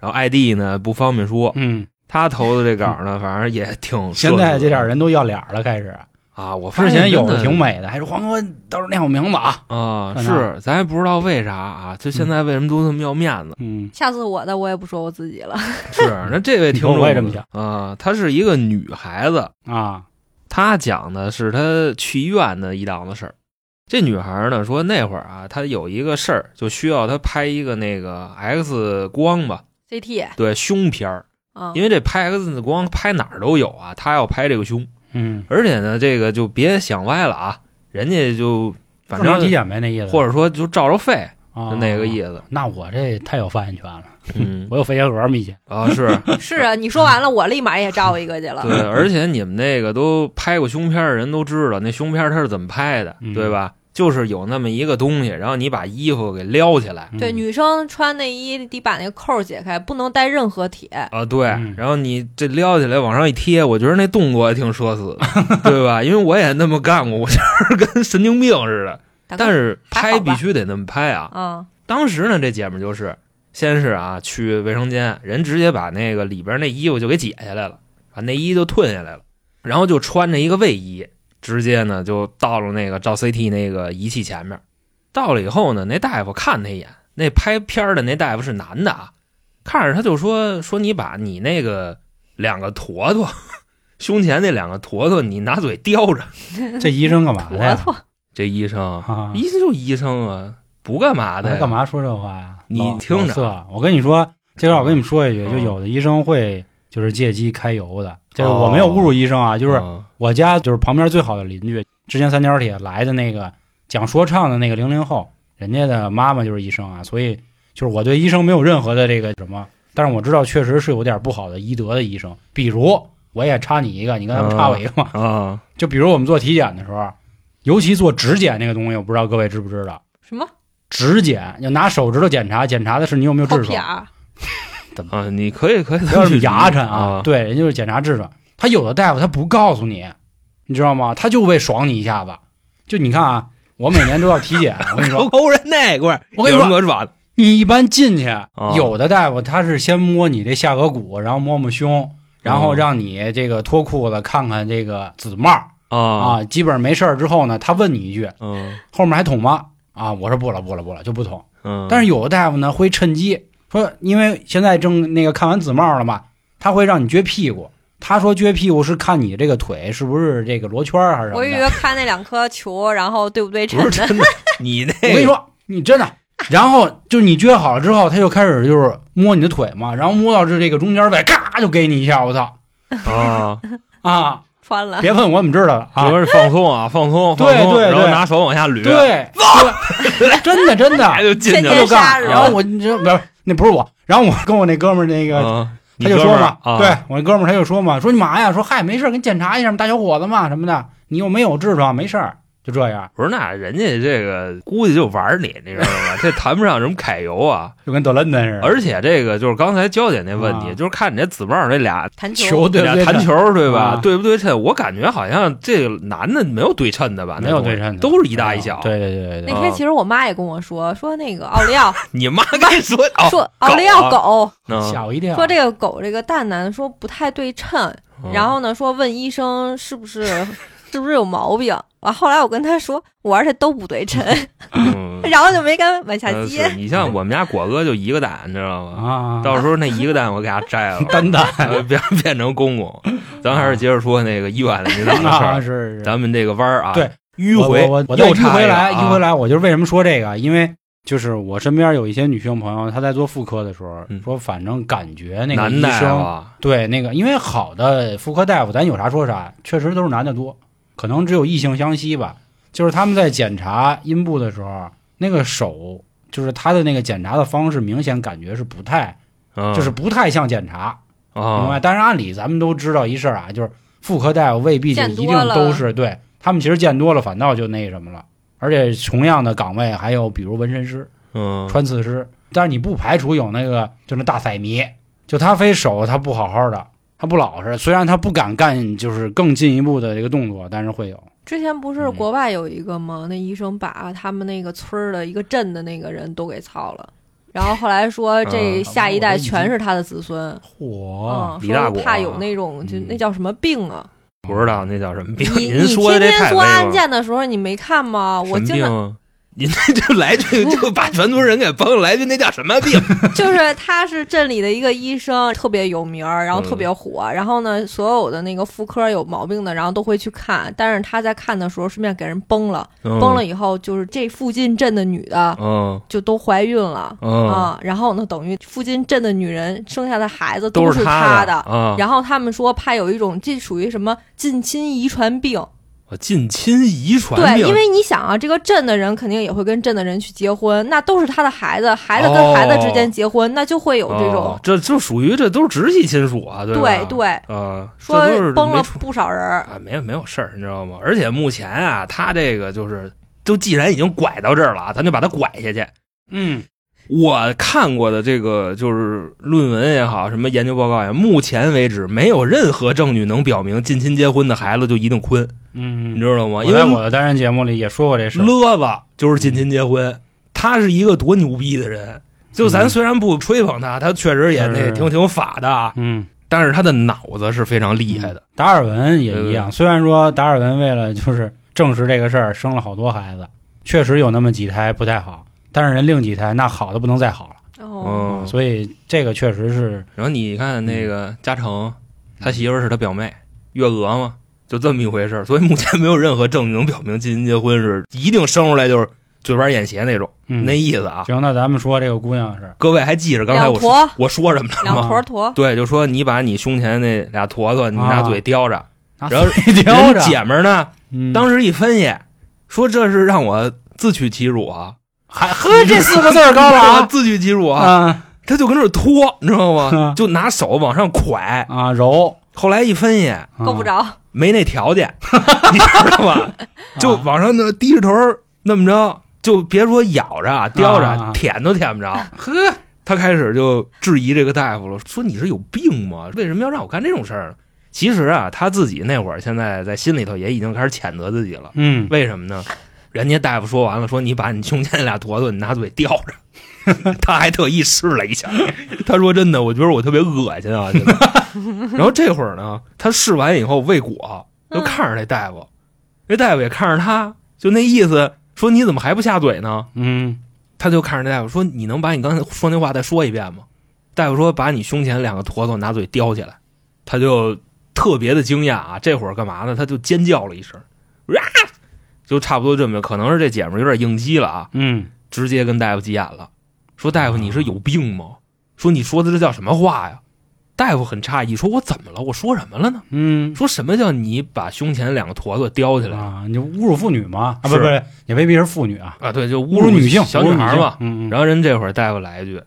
S3: 然后 ID 呢不方便说。
S2: 嗯，
S3: 他投的这稿呢，反正也挺
S2: 现在这点
S3: 人
S2: 人都要脸儿了，开始。
S3: 啊，我发
S2: 之
S3: 现
S2: 前有
S3: 真
S2: 的
S3: 的
S2: 挺美的，还说黄哥，到时候念我名字啊。
S3: 啊，
S2: 可能
S3: 是咱也不知道为啥啊，就现在为什么都这么要面 子？
S2: 嗯，
S4: 下次我的我也不说我自己了。
S3: 是那这位听众
S2: 我也这么想
S3: 啊，她是一个女孩子，
S2: 啊，
S3: 她讲的是她去医院的一档子事儿。这女孩呢说那会儿啊，她有一个事儿，就需要她拍一个那个 X 光吧，
S4: CT
S3: 对胸片儿，
S4: 啊，
S3: 因为这拍 X 光拍哪儿都有啊，她要拍这个胸，
S2: 嗯，
S3: 而且呢，这个就别想歪了啊，人家就反
S2: 正常体
S3: 正
S2: 检呗，那意思，
S3: 或者说就照着肺，
S2: 啊
S3: 就那个意思，
S2: 那我这太有发言权了，
S3: 嗯
S2: 我有肺结核，米姐。
S3: 啊是。
S4: 是啊，你说完了，我立马也照一个去了。
S3: 对，而且你们那个都拍过胸片儿的人都知道，那胸片儿它是怎么拍的，
S2: 嗯
S3: 对吧？就是有那么一个东西，然后你把衣服给撩起来
S4: 对，
S2: 嗯
S4: 女生穿内衣得把那个扣儿解开，不能带任何铁。
S3: 啊，对，
S2: 嗯
S3: 然后你这撩起来往上一贴，我觉得那动作也挺社死的， 对吧？因为我也那么干过，我就是跟神经病似的。
S4: 大哥
S3: 但是
S4: 还好
S3: 拍
S4: 吧
S3: 必须得那么拍啊！
S4: 啊，
S3: 当时呢，这姐们儿就是先是啊去卫生间，人直接把那个里边那衣服就给解下来了，把内衣就褪下来了，然后就穿着一个卫衣，直接呢就到了那个照 CT 那个仪器前面。到了以后呢，那大夫看他一眼，那拍片儿的那大夫是男的啊，看着他就说说你把你那个两个坨坨， 胸前那两个坨坨，你拿嘴叼着。
S2: 这医生干嘛的
S4: 坨
S2: 呀？
S4: 坨
S3: 这医生，
S2: 啊，
S3: 医生就医生啊，不干嘛的
S2: 他
S3: 呀？
S2: 干嘛说这话呀？
S3: 你
S2: 老
S3: 听
S2: 老
S3: 着，啊
S2: 色我跟你说，这块儿我跟你们说一句，
S3: 嗯
S2: 就有的医生会就是借机开油的，就是我
S3: 哦
S2: 没有侮辱医生啊，就是
S3: 嗯
S2: 我家就是旁边最好的邻居，之前三角铁来的那个讲说唱的那个零零后，人家的妈妈就是医生啊，所以就是我对医生没有任何的这个什么，但是我知道确实是有点不好的医德的医生，比如我也插你一个，你刚才不插我一个嘛，
S3: 啊，
S2: 就比如我们做体检的时候，尤其做指检那个东西，我不知道各位知不知道，
S4: 什么
S2: 指检要拿手指头检查，检查的是你有没有
S4: 抠
S2: 痔
S4: 屁眼
S2: 疮，
S4: 儿，
S3: 啊，你可以可以，
S2: 要是牙碜
S3: 啊
S2: 啊，，对，人家就是检查痔疮。他有的大夫他不告诉你，你知道吗？他就为爽你一下子。就你看啊，我每年都要体检，我跟你说，
S3: 抠人那块儿，
S2: 我跟你说
S3: 有人搁着
S2: 你一般进去，有的大夫他是先摸你这下颌骨，然后摸摸胸，然后让你这个脱裤子看看这个紫帽儿
S3: 啊
S2: 啊，基本上没事儿之后呢，他问你一句，
S3: 嗯
S2: 后面还捅吗？啊，我说不了不了不了，就不捅。
S3: 嗯，
S2: 但是有的大夫呢会趁机说，因为现在正那个看完紫帽了嘛，他会让你撅屁股。他说撅屁股是看你这个腿是不是这个罗圈儿还是什
S4: 我
S2: 么
S4: 以
S2: 的。
S4: 为看那两颗球，然后对不对称
S3: 不是
S4: 的。
S3: 真的，你那
S2: 我跟你说，你真的。然后就你撅好了之后，他就开始就是摸你的腿嘛，然后摸到这这个中间位，咔就给你一下，我操
S3: 啊，
S2: 啊！
S4: 穿了，
S2: 别问我怎么知道 的
S3: 主
S2: 啊？
S3: 要是放松啊，放松，
S2: 对
S3: 放松
S2: 对对
S3: 然后拿手往下捋，啊
S2: 对，，对真的真 的
S3: 哎，就进
S2: 他
S3: 去
S2: 就
S3: 了
S4: 天天杀
S2: 干。
S4: 人
S2: 然后我你知道不是那不是我，然后我跟我那哥们儿那个
S3: 啊，你
S2: 他就
S3: 哥
S2: 说
S3: 们儿
S2: 嘛，
S3: 啊，
S2: 对我那哥们儿他就说嘛，说你嘛呀？说嗨，没事儿，给你检查一下嘛，大小伙子嘛什么的，你又没有痔疮，没事儿，就这样，
S3: 不是那人家这个估计就玩你，你知道吗？ 这谈不上什么揩油啊，
S2: 就跟德伦顿似的。
S3: 而且这个就是刚才娇姐那问题，
S2: 啊
S3: 就是看你这紫帽这俩
S4: 弹
S2: 球对不
S3: 俩
S2: 对？
S3: 弹球儿对吧？
S2: 啊
S3: 对不对称？我感觉好像这个男的没有对称的吧？
S2: 没有
S3: 那种
S2: 对称的啊
S3: 都是一大一小。，
S2: 对对对对
S4: 那
S2: 对，
S3: 啊
S4: 天其实我妈也跟我说，说那个奥利奥，
S3: 你妈跟你说哦，
S4: 说奥利奥
S3: 狗
S4: 狗，
S3: 嗯
S2: 吓我一跳。
S4: 说这个狗这个蛋呢，说不太对称，
S3: 嗯
S4: 然后呢说问医生是不是 是不是有毛病。完后来我跟他说，我而且都不对 称，
S3: 嗯
S4: 然后就没敢往下
S3: 呃
S4: 接
S3: 是。你像我们家果哥就一个蛋，你知道吗？
S2: 啊，，
S3: 到时候那一个蛋我给他摘了
S2: 单蛋
S3: 呃别变成公公。咱还是接着说那个医院的那档子 事
S2: 啊，
S3: 儿。
S2: 是是。
S3: 咱们这个弯儿啊，
S2: 对
S3: 迂回
S2: 我我我再
S3: 又
S2: 迂
S3: 差
S2: 回
S3: 一个
S2: 来，
S3: 啊
S2: 迂回来，我就是为什么说这个啊，因为就是我身边有一些女性朋友，她在做妇科的时候、
S3: 嗯
S2: 说，反正感觉那个
S3: 难
S2: 医
S3: 耐
S2: 生
S3: 了。
S2: 对那个，因为好的妇科大夫，咱有啥说啥，确实都是男的多，可能只有异性相吸吧。就是他们在检查阴部的时候，那个手就是他的那个检查的方式，明显感觉是不太，
S3: 嗯
S2: 就是不太像检查。明白？
S3: 啊，
S2: 但是按理咱们都知道一事儿啊，就是妇科大夫未必就
S4: 见
S2: 一
S4: 多
S2: 定
S4: 了
S2: 都是对他们，其实见多了反倒就那什么了。而且同样的岗位还有比如纹身师、
S3: 嗯，
S2: 穿刺师，但是你不排除有那个就那大色迷，就他非手他不好好的，他不老实。虽然他不敢干就是更进一步的这个动作，但是会有。
S4: 之前不是
S2: 嗯
S4: 国外有一个吗？那医生把他们那个村儿的一个镇的那个人都给操了，然后后来说这
S3: 嗯
S4: 下一代全是他的子孙。
S2: 嚯，
S4: 嗯，
S3: 李大
S4: 说
S3: 国
S4: 怕
S3: 啊
S4: 有那种就
S2: 嗯
S4: 那叫什么病啊？
S3: 不知道那叫什么病。
S4: 你
S3: 哎 您
S4: 你
S3: 说的
S4: 天
S3: 这
S4: 天
S3: 太
S4: 做案
S3: 那个了，
S4: 件的时候你没看吗？我
S3: 什么
S4: 经
S3: 病
S4: 常
S3: 啊？您 这就来句就把全村人给崩来句那叫什么病？
S4: 就是他是镇里的一个医生，特别有名儿，然后特别火。然后呢，所有的那个妇科有毛病的，然后都会去看。但是他在看的时候，顺便给人崩了， 崩
S3: 崩
S4: 了以后，就是这附近镇的女的
S3: 嗯
S4: 就都怀孕了。
S3: 嗯，
S4: 啊、然后呢，等于附近镇的女人生下的孩子
S3: 都
S4: 是
S3: 他
S4: 的。
S3: 啊。
S4: 然后他们说，怕有一种这属于什么近亲遗传病，
S3: 我近亲遗传
S4: 对，
S3: 病，
S4: 因为你想啊，这个镇的人肯定也会跟镇的人去结婚，那都是他的孩子，孩子跟孩子之间结婚，那就会有这种、
S3: 哦这就属于这都是直系亲属啊，对
S4: 对
S3: 吧？
S4: 对，
S3: 啊，这
S4: 说
S3: 都是
S4: 崩
S3: 没
S4: 了
S3: 出
S4: 不少人儿。
S3: 啊，没有没有事儿，你知道吗？而且目前啊，他这个就是都既然已经拐到这儿了啊，咱就把他拐下去。
S2: 嗯，
S3: 我看过的这个就是论文也好，什么研究报告也好，目前为止没有任何证据能表明近亲结婚的孩子就一定坤，
S2: 嗯，
S3: 你知道吗？
S2: 我
S3: 因
S2: 在
S3: 为
S2: 我的单人节目里也说过这事儿。
S3: 乐子就是近亲结婚，他是一个多牛逼的人。就咱
S2: 嗯
S3: 虽然不吹捧他，他确实也那
S2: 是
S3: 挺挺法的啊，
S2: 嗯，
S3: 但是他的脑子是非常厉害的。
S2: 达尔文也一
S3: 对对
S2: 样，虽然说达尔文为了就是证实这个事儿，生了好多孩子，确实有那么几胎不太好，但是人另几胎那好的不能再好了，
S4: 哦，
S3: 嗯
S2: 所以这个确实是
S3: 然后你看那个嘉诚，他媳妇儿是他表妹，月娥嘛，就这么一回事儿。所以目前没有任何证据能表明近亲结婚是一定生出来就是嘴巴眼斜那种，
S2: 嗯
S3: 那意思啊。
S2: 行。那咱们说这个姑娘是，
S3: 各位还记着刚才
S4: 两
S3: 我说
S4: 坨
S3: 我说什么了
S4: 两
S3: 吗？
S4: 坨坨，
S3: 对，就说你把你胸前那俩坨坨，你拿嘴叼着，然后
S2: 叼
S3: 人
S2: 着，
S3: 姐们儿呢，
S2: 嗯
S3: 当时一分析，说这是让我自取其辱啊，
S2: 还呵这四个字儿高了
S3: 我
S2: 啊
S3: 自取其辱啊。
S2: 啊
S3: 他就跟这儿拖，你知道吗
S2: 嗯？
S3: 就拿手往上蒯。
S2: 啊揉
S3: 后来一分析，
S4: 够不，着，
S3: 没那 条件，你知道吧？
S2: 啊
S3: 就往上那低着头儿那么着，就别说咬着啊、叼着
S2: 啊啊
S3: 啊
S2: 啊，
S3: 舔都舔不着。呵，他开始就质疑这个大夫了，说你是有病吗？为什么要让我干这种事儿呢？其实啊，他自己那会儿现在在心里头也已经开始谴责自己了。
S2: 嗯，
S3: 为什么呢？人家大夫说完了，说你把你胸前那俩坨坨你拿嘴叼着， 他还特意试了一下。 他说真的，我觉得我特别恶心啊。现 在然后这会儿呢，他试完以后未果，就看着那大夫，那大夫也看着他，就那意思说你怎么还不下嘴呢？
S2: 嗯
S3: 他就看着那大夫说：“你能把你刚才说那话再说一遍吗？”大夫说：“把你胸前两个坨坨拿嘴叼起来。”他就特别的惊讶啊！这会儿干嘛呢？他就尖叫了一声， 啊！就差不多这么着，可能是这姐们儿有点应激了啊，
S2: 嗯
S3: 直接跟大夫急眼了，说：“大夫，你是有病吗？说你说的这叫什么话呀？”大夫很诧异，说：“我怎么了？我说什么了呢？
S2: 嗯
S3: 说什么叫你把胸前两个坨坨叼起来
S2: 啊，你就侮辱妇女嘛？啊，不
S3: 是
S2: 不，也未必是妇女啊，
S3: 啊？对，就侮
S2: 侮辱女性，
S3: 小
S2: 侮辱
S3: 女孩
S2: 性
S3: 嘛。”
S2: 嗯嗯，
S3: 然后人这会儿大夫来一句，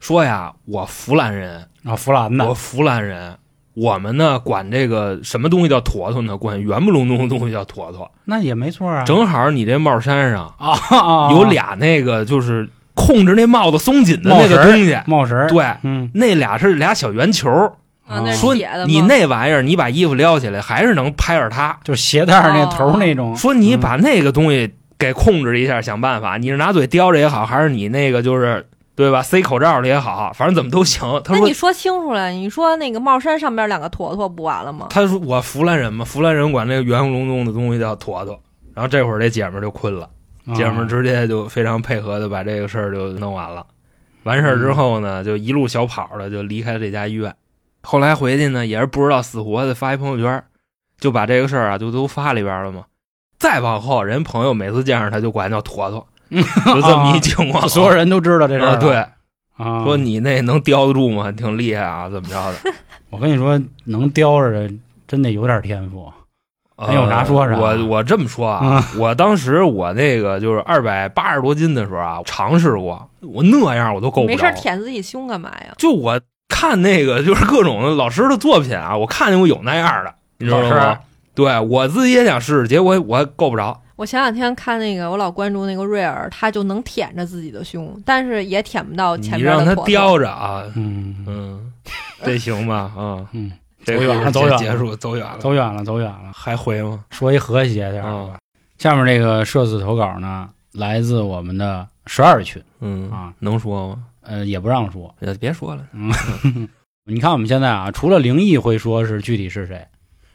S3: 说呀，我湖南人，
S2: 啊，弗兰
S3: 我
S2: 的，
S3: 湖南人，我们呢管这个什么东西叫坨坨呢？管圆不隆咚的东西叫坨坨。
S2: 那也没错啊，
S3: 正好你这帽衫上
S2: 啊啊，啊
S3: 有俩那个就是控制那帽子松紧的那个
S2: 帽
S3: 东西，
S2: 帽神儿，
S3: 对，
S2: 嗯，
S3: 那俩是俩小圆球。
S4: 啊，那是
S3: 嗯说
S4: 铁的
S3: 你
S4: 吗
S3: 那玩意儿，你把衣服撩起来还是能拍着它。
S2: 就是鞋带儿那头
S4: 哦
S2: 儿那种。
S3: 说你把那个东西给控制一下，想办法，你是拿嘴叼着也好，还是你那个就是对吧，塞口罩里也好，反正怎么都行。他
S4: 那
S3: 说
S4: 你说清楚了，你说那个帽衫上边两个坨坨不完了吗？
S3: 他说我湖南人嘛，湖南人管这个圆咕隆咚的东西叫坨坨。然后这会儿这姐们儿就困了，
S2: 嗯
S3: 姐们儿直接就非常配合的把这个事儿就弄完了。完事儿之后呢，就一路小跑的就离开这家医院。后来回去呢，也是不知道死活的发一朋友圈儿，就把这个事儿啊就都发里边了嘛。再往后，人朋友每次见着他就管他叫坨坨，就这么一情 况。
S2: 所有人都知道这事
S3: 啊
S2: 儿。
S3: 对，
S2: 啊，
S3: 说你那能叼得住吗？挺厉害啊，怎么着的？
S2: 我跟你说，能叼着的真得有点天赋。
S3: 呃
S2: 哎有啥说嗯啥
S3: 我我这么说啊，我当时我那个就是二百八十多斤的时候啊，尝试过，我那样我都够不着。
S4: 没事儿舔自己胸干嘛呀？
S3: 就我看那个就是各种的老师的作品啊，我看见过有那样的，你知道
S2: 老师
S3: 吗？对我自己也想试试，结果我够不着。
S4: 我前两天看那个，我老关注那个瑞尔，他就能舔着自己的胸，但是也舔不到前
S3: 你
S4: 面
S3: 让
S4: 的
S3: 他
S4: 坨坨。
S3: 叼着啊，
S2: 嗯
S3: 嗯，这行吧？啊，
S2: 嗯，
S3: 这
S2: 走远了走
S3: 个
S2: 远了
S3: 结束，走远了，
S2: 走远了，走远了。
S3: 还回吗？啊
S2: 说一和谐点儿
S3: 哦
S2: 的吧。下面这个社死投稿呢，来自我们的十二群，
S3: 嗯
S2: 啊，
S3: 能说吗？
S2: 呃，也不让说。
S3: 也别说了，
S2: 你看我们现在啊，除了灵异会说是具体是谁，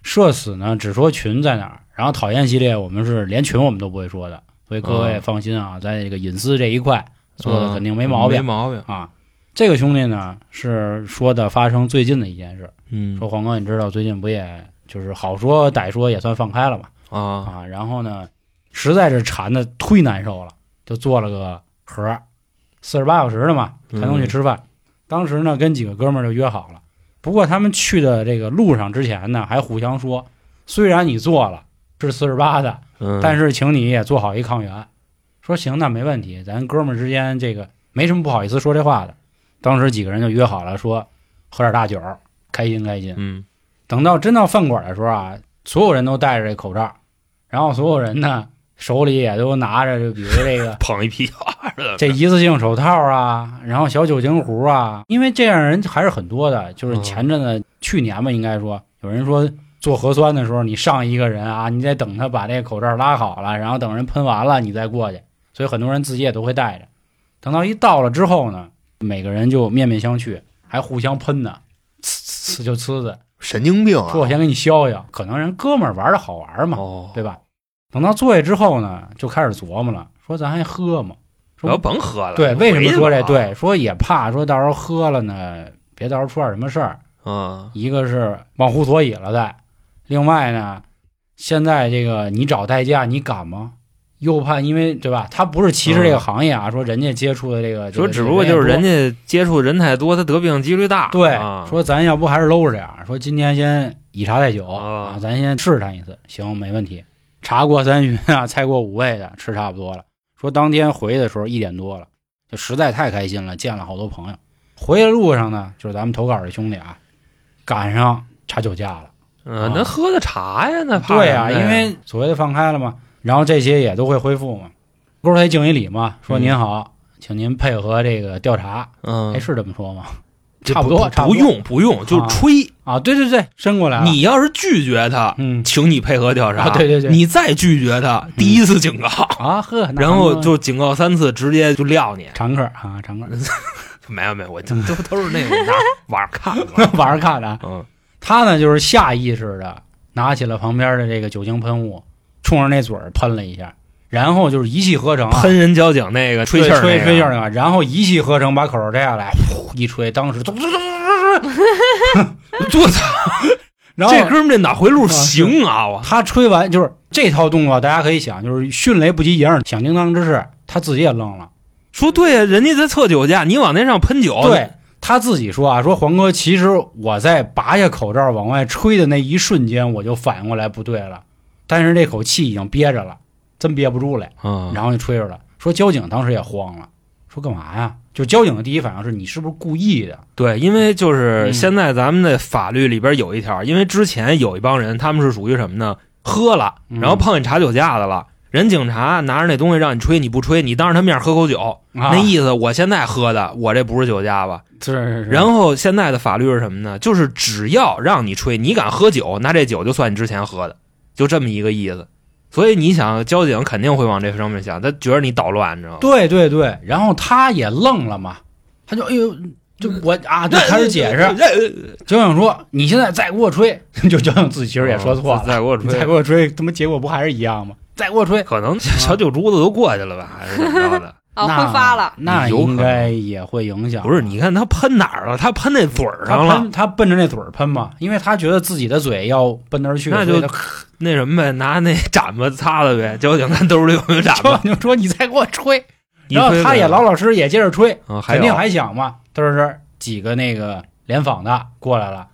S2: 社死呢只说群在哪儿，然后讨厌系列我们是连群我们都不会说的，所以各位
S3: 嗯
S2: 放心啊，在这个隐私这一块做的
S3: 嗯
S2: 肯定没毛
S3: 没
S2: 病
S3: 毛病。
S2: 啊。这个兄弟呢是说的发生最近的一件事，
S3: 嗯
S2: 说黄哥，你知道最近不也就是好说歹说也算放开了嘛，
S3: 啊，
S2: 啊，然后呢，实在是馋的忒难受了，就做了个盒，四十八小时的嘛，
S3: 嗯
S2: 才能去吃饭。当时呢，跟几个哥们儿就约好了，不过他们去的这个路上之前呢，还互相说，虽然你做了是四十八的，
S3: 嗯，
S2: 但
S3: 是
S2: 是请你也做好一抗原。说行，那没问题，咱哥们儿之间这个没什么不好意思说这话的。当时几个人就约好了，说喝点大酒，开心开心。
S3: 嗯
S2: 等到真到饭馆的时候啊，所有人都戴着这口罩，然后所有人呢手里也都拿着，就比如这个
S3: 捧一啤酒似的，
S2: 这一次性手套啊， 然后小酒精壶啊，因为这样人还是很多的。就是
S3: 嗯
S2: 前阵子、去年吧，应该说有人说做核酸的时候，你上一个人啊，你得等他把这个口罩拉好了，然后等人喷完了你再过去，所以很多人自己也都会戴着。等到一到了之后呢，每个人就面面相觑，还互相喷呢，呲呲呲就呲呲。
S5: 神经病啊！
S2: 说我先给你消消，可能人哥们儿玩的好玩 嘛，
S3: 哦，
S2: 对吧？等到坐下之后呢，就开始琢磨了，说咱还喝吗？
S3: 我要甭喝了。
S2: 对，为什么说这？
S3: 回去吧
S2: 对，说也怕说到时候喝了呢，别到时候出点什么事儿。
S3: 啊，
S2: 一个是忘乎所以了再，另外呢，现在这个你找代驾，你敢吗？又怕因为对吧？他不是歧视这个行业啊，说人家接触的这个，
S3: 嗯说只不过就是人家接触人太多，他得病几率大。
S2: 对，
S3: 啊
S2: 说咱要不还是搂着点儿，说今天先以茶代酒
S3: 啊
S2: 咱先试探一次，行，没问题。茶过三巡啊，菜过五味的，吃差不多了。说当天回的时候一点多了，就实在太开心了，见了好多朋友。回的路上呢，就是咱们投稿这兄弟啊，赶上查酒驾了。
S3: 嗯，
S2: 啊
S3: 那喝的茶呀，那怕
S2: 对啊，
S3: 什么
S2: 因为所谓的放开了嘛，然后这些也都会恢复嘛。哥儿还敬一礼嘛，说
S3: 嗯
S2: 您好，请您配合这个调查。哎、
S3: 嗯，
S2: 是这么说吗？
S3: 这
S2: 差不多差不
S3: 不
S2: 多
S3: 用不用，就
S2: 啊
S3: 吹。
S2: 啊，对对对，伸过来了。
S3: 你要是拒绝他，
S2: 嗯
S3: 请你配合调查。
S2: 啊对对对
S3: 你再拒绝他，第一次警告，
S2: 啊呵，那
S3: 然
S2: 还
S3: 后
S2: 能
S3: 就警告三次，直接就撂你。
S2: 常客啊，常客
S3: 没有没有，我
S2: 嗯
S3: 这都都是那个哪儿 网上 看的。
S2: 晚上看的啊，
S3: 嗯，
S2: 他呢就是下意识的拿起了旁边的这个酒精喷雾，冲着那嘴儿喷了一下，然后就是一气呵成啊，
S3: 喷人交警那个吹
S2: 对
S3: 气儿那
S2: 吹
S3: 个
S2: 吹气儿那个，啊然后一气呵成把口罩摘下来，呼一吹，当时咚咚咚咚咚咚，
S3: 我操，
S2: 然后
S3: 这哥们儿这脑回路行啊！我
S2: 他吹完就是这套动作，大家可以想，就是迅雷不及掩耳响叮当之势，他自己也愣了。
S3: 说对呀，人家在测酒驾，你往那上喷酒，
S2: 对他自己说啊，说黄哥，其实我在拔下口罩往外吹的那一瞬间，我就反应过来不对了，但是这口气已经憋着了，真憋不住了，
S3: 啊，
S2: 然后就吹着了。说交警当时也慌了，说干嘛呀？就交警的第一反应是你是不是故意的？
S3: 对，因为就是
S2: 嗯
S3: 现在咱们的法律里边有一条，因为之前有一帮人，他们是属于什么呢？喝了，
S2: 嗯
S3: 然后碰见查酒驾的了，人警察拿着那东西让你吹，你不吹，你当着他面喝口酒，
S2: 啊
S3: 那意思我现在喝的，我这不是酒驾吧？
S2: 是是是，
S3: 然后现在的法律是什么呢？就是只要让你吹，你敢喝酒，那这酒就算你之前喝的，就这么一个意思。所以你想，交警肯定会往这方面想，他觉得你捣乱，你知道吗？
S2: 对对对，然后他也愣了嘛，他就哎呦， 就我啊，就开始解释。交警说你现在再给我吹， 就交警自己其实也说错了，嗯
S3: 再给我
S2: 你再
S3: 吹
S2: 给，我吹，他妈结果不还是一样吗？再给我吹。
S3: 可能小酒珠子都过去了吧，还是怎么着的？
S4: 啊，
S2: 那
S4: 挥发了，
S2: 那
S3: 有可能
S2: 应该也会影响。
S3: 不是，你看他喷哪儿了？他喷那嘴儿
S2: 他
S3: 上了
S2: 喷，他奔着那嘴儿喷嘛，因为他觉得自己的嘴要奔那儿去，
S3: 那就
S2: 所以他
S3: 那什么呗，拿那枕子擦擦呗，交警看兜里有没有枕子。
S2: 就说你再给我吹，
S3: 一
S2: 然后
S3: 推
S2: 他也
S3: 开
S2: 老老实实也接着吹，
S3: 啊，还
S2: 肯定
S3: 有
S2: 还响嘛。嘚儿嘚儿，几个那个联访的过来了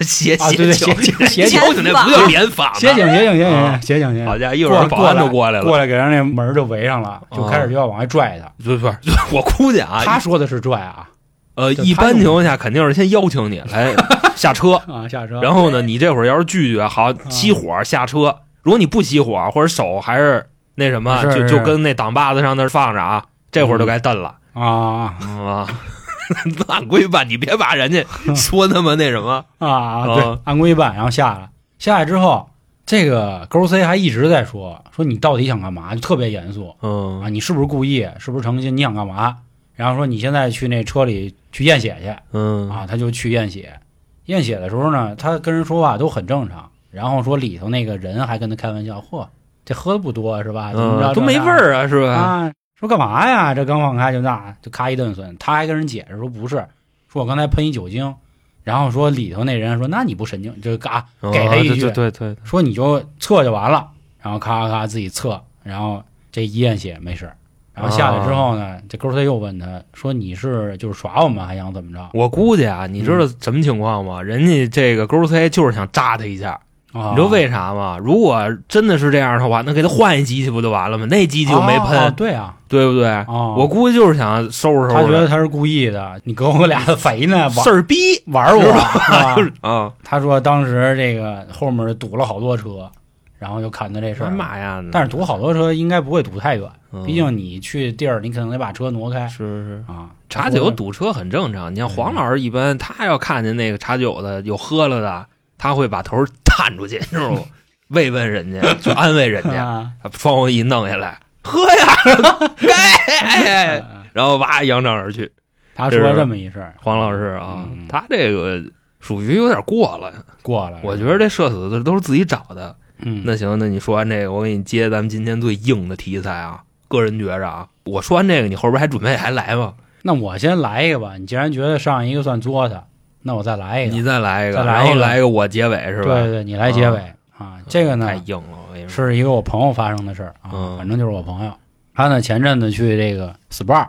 S3: 斜
S2: 啊，对对，
S3: 角
S2: 协警协
S3: 斜
S2: 警
S3: 交警那不叫联访吗，
S2: 协警协警协
S3: 啊
S2: 警协警协
S3: 好
S2: 警
S3: 家伙，一会儿
S2: 过
S3: 保安就
S2: 过
S3: 过来了，
S2: 过来给人那门儿就围上了，就开始就要往外拽他。
S3: 不是不是， 我估计哦啊，
S2: 他说的是拽啊
S3: 呃，
S2: 就
S3: 一
S2: 他
S3: 般
S2: 用
S3: 情况下肯定是先邀请你来下车，
S2: 啊，下车，
S3: 然后呢，你这会儿要是拒绝，好
S2: 嗯
S3: 熄火下车。如果你不熄火，或者手还是那什么，
S2: 是嗯
S3: 就是就跟那挡把子上那儿放着啊，这会儿就该蹬了
S2: 啊
S3: 嗯啊。 按规办，你别把人家
S2: 嗯
S3: 说那么那 什么，
S2: 啊，对
S3: 嗯，
S2: 按规办，然后下来，下来之后，这个勾 C 还一直在说说你到底想干嘛，就特别严肃啊，
S3: 嗯
S2: 你是不是故意，是不是诚心，你想干嘛？然后说你现在去那车里去验血去，
S3: 嗯
S2: 啊，他就去验血。验血的时候呢，他跟人说话都很正常，然后说里头那个人还跟他开玩笑，嚯，这喝的不多是吧？怎么着、
S3: 嗯，都没味儿啊，是
S2: 啊
S3: 吧？
S2: 说干嘛呀？这刚放开就那就咔一顿损，他还跟人解释说不是，说我刚才喷一酒精，然后说里头那人说那你不神经，就是嘎
S3: 嗯
S2: 给他一
S3: 对
S2: 句
S3: 对对对，
S2: 说你就测就完了，然后咔咔咔自己测，然后这一验血没事儿。然后下来之后呢，这勾儿他又问他说：“你是就是耍我们，还想怎么着？”
S3: 我估计啊，你知
S2: 嗯
S3: 道什么情况吗？人家这个勾 C 就是想扎他一下，
S2: 啊，
S3: 你知道为啥吗？如果真的是这样的话，那给他换一机器不就完了吗？那机器又没喷，
S2: 哦哦对啊，
S3: 对不对？
S2: 哦
S3: 我估计就是想收拾
S2: 他
S3: 收
S2: 觉
S3: 拾
S2: 得他是故意的，你跟我俩肥呢，玩
S3: 事儿逼
S2: 玩我
S3: 是
S2: 吧
S3: 就是啊！
S2: 他说当时这个后面堵了好多车，然后就砍到这事
S3: 什
S2: 儿。
S3: 么哎呀？
S2: 但是堵好多车应该不会堵太远，
S3: 嗯
S2: 毕竟你去地儿，你可能得把车挪开
S3: 是是
S2: 啊。
S3: 嗯茶酒堵车很正常。你像黄老师一般，他要看见那个茶酒的有喝了的，他会把头探出去，你知道吗？慰问人家，就安慰人 家，
S2: 啊，
S3: 把窗户一弄下来，哎喝 呀，该，哎
S2: 嗯
S3: 然后哇扬长而去。
S2: 啊他说这么一事儿
S3: 黄老师啊，
S2: 嗯哎
S3: 他这个属于有点过了。
S2: 过来了，
S3: 我觉得这社死的都是自己找的。
S2: 嗯，
S3: 那行，那你说完这个，我给你接咱们今天最硬的题材啊。个人觉着啊，我说完这个，你后边还准备还来吗？
S2: 那我先来一个吧。你既然觉得上一个算作他，那我再来一个
S3: 你，再来一个，
S2: 哎再来一
S3: 然
S2: 个
S3: 后来一个我结尾是
S2: 对
S3: 吧？
S2: 对，对你来结尾啊。这个呢
S3: 太，硬了，我跟你说。
S2: 是一个我朋友发生的事儿啊，
S3: 嗯
S2: 反正就是我朋友，他呢前阵子去这个 SPA，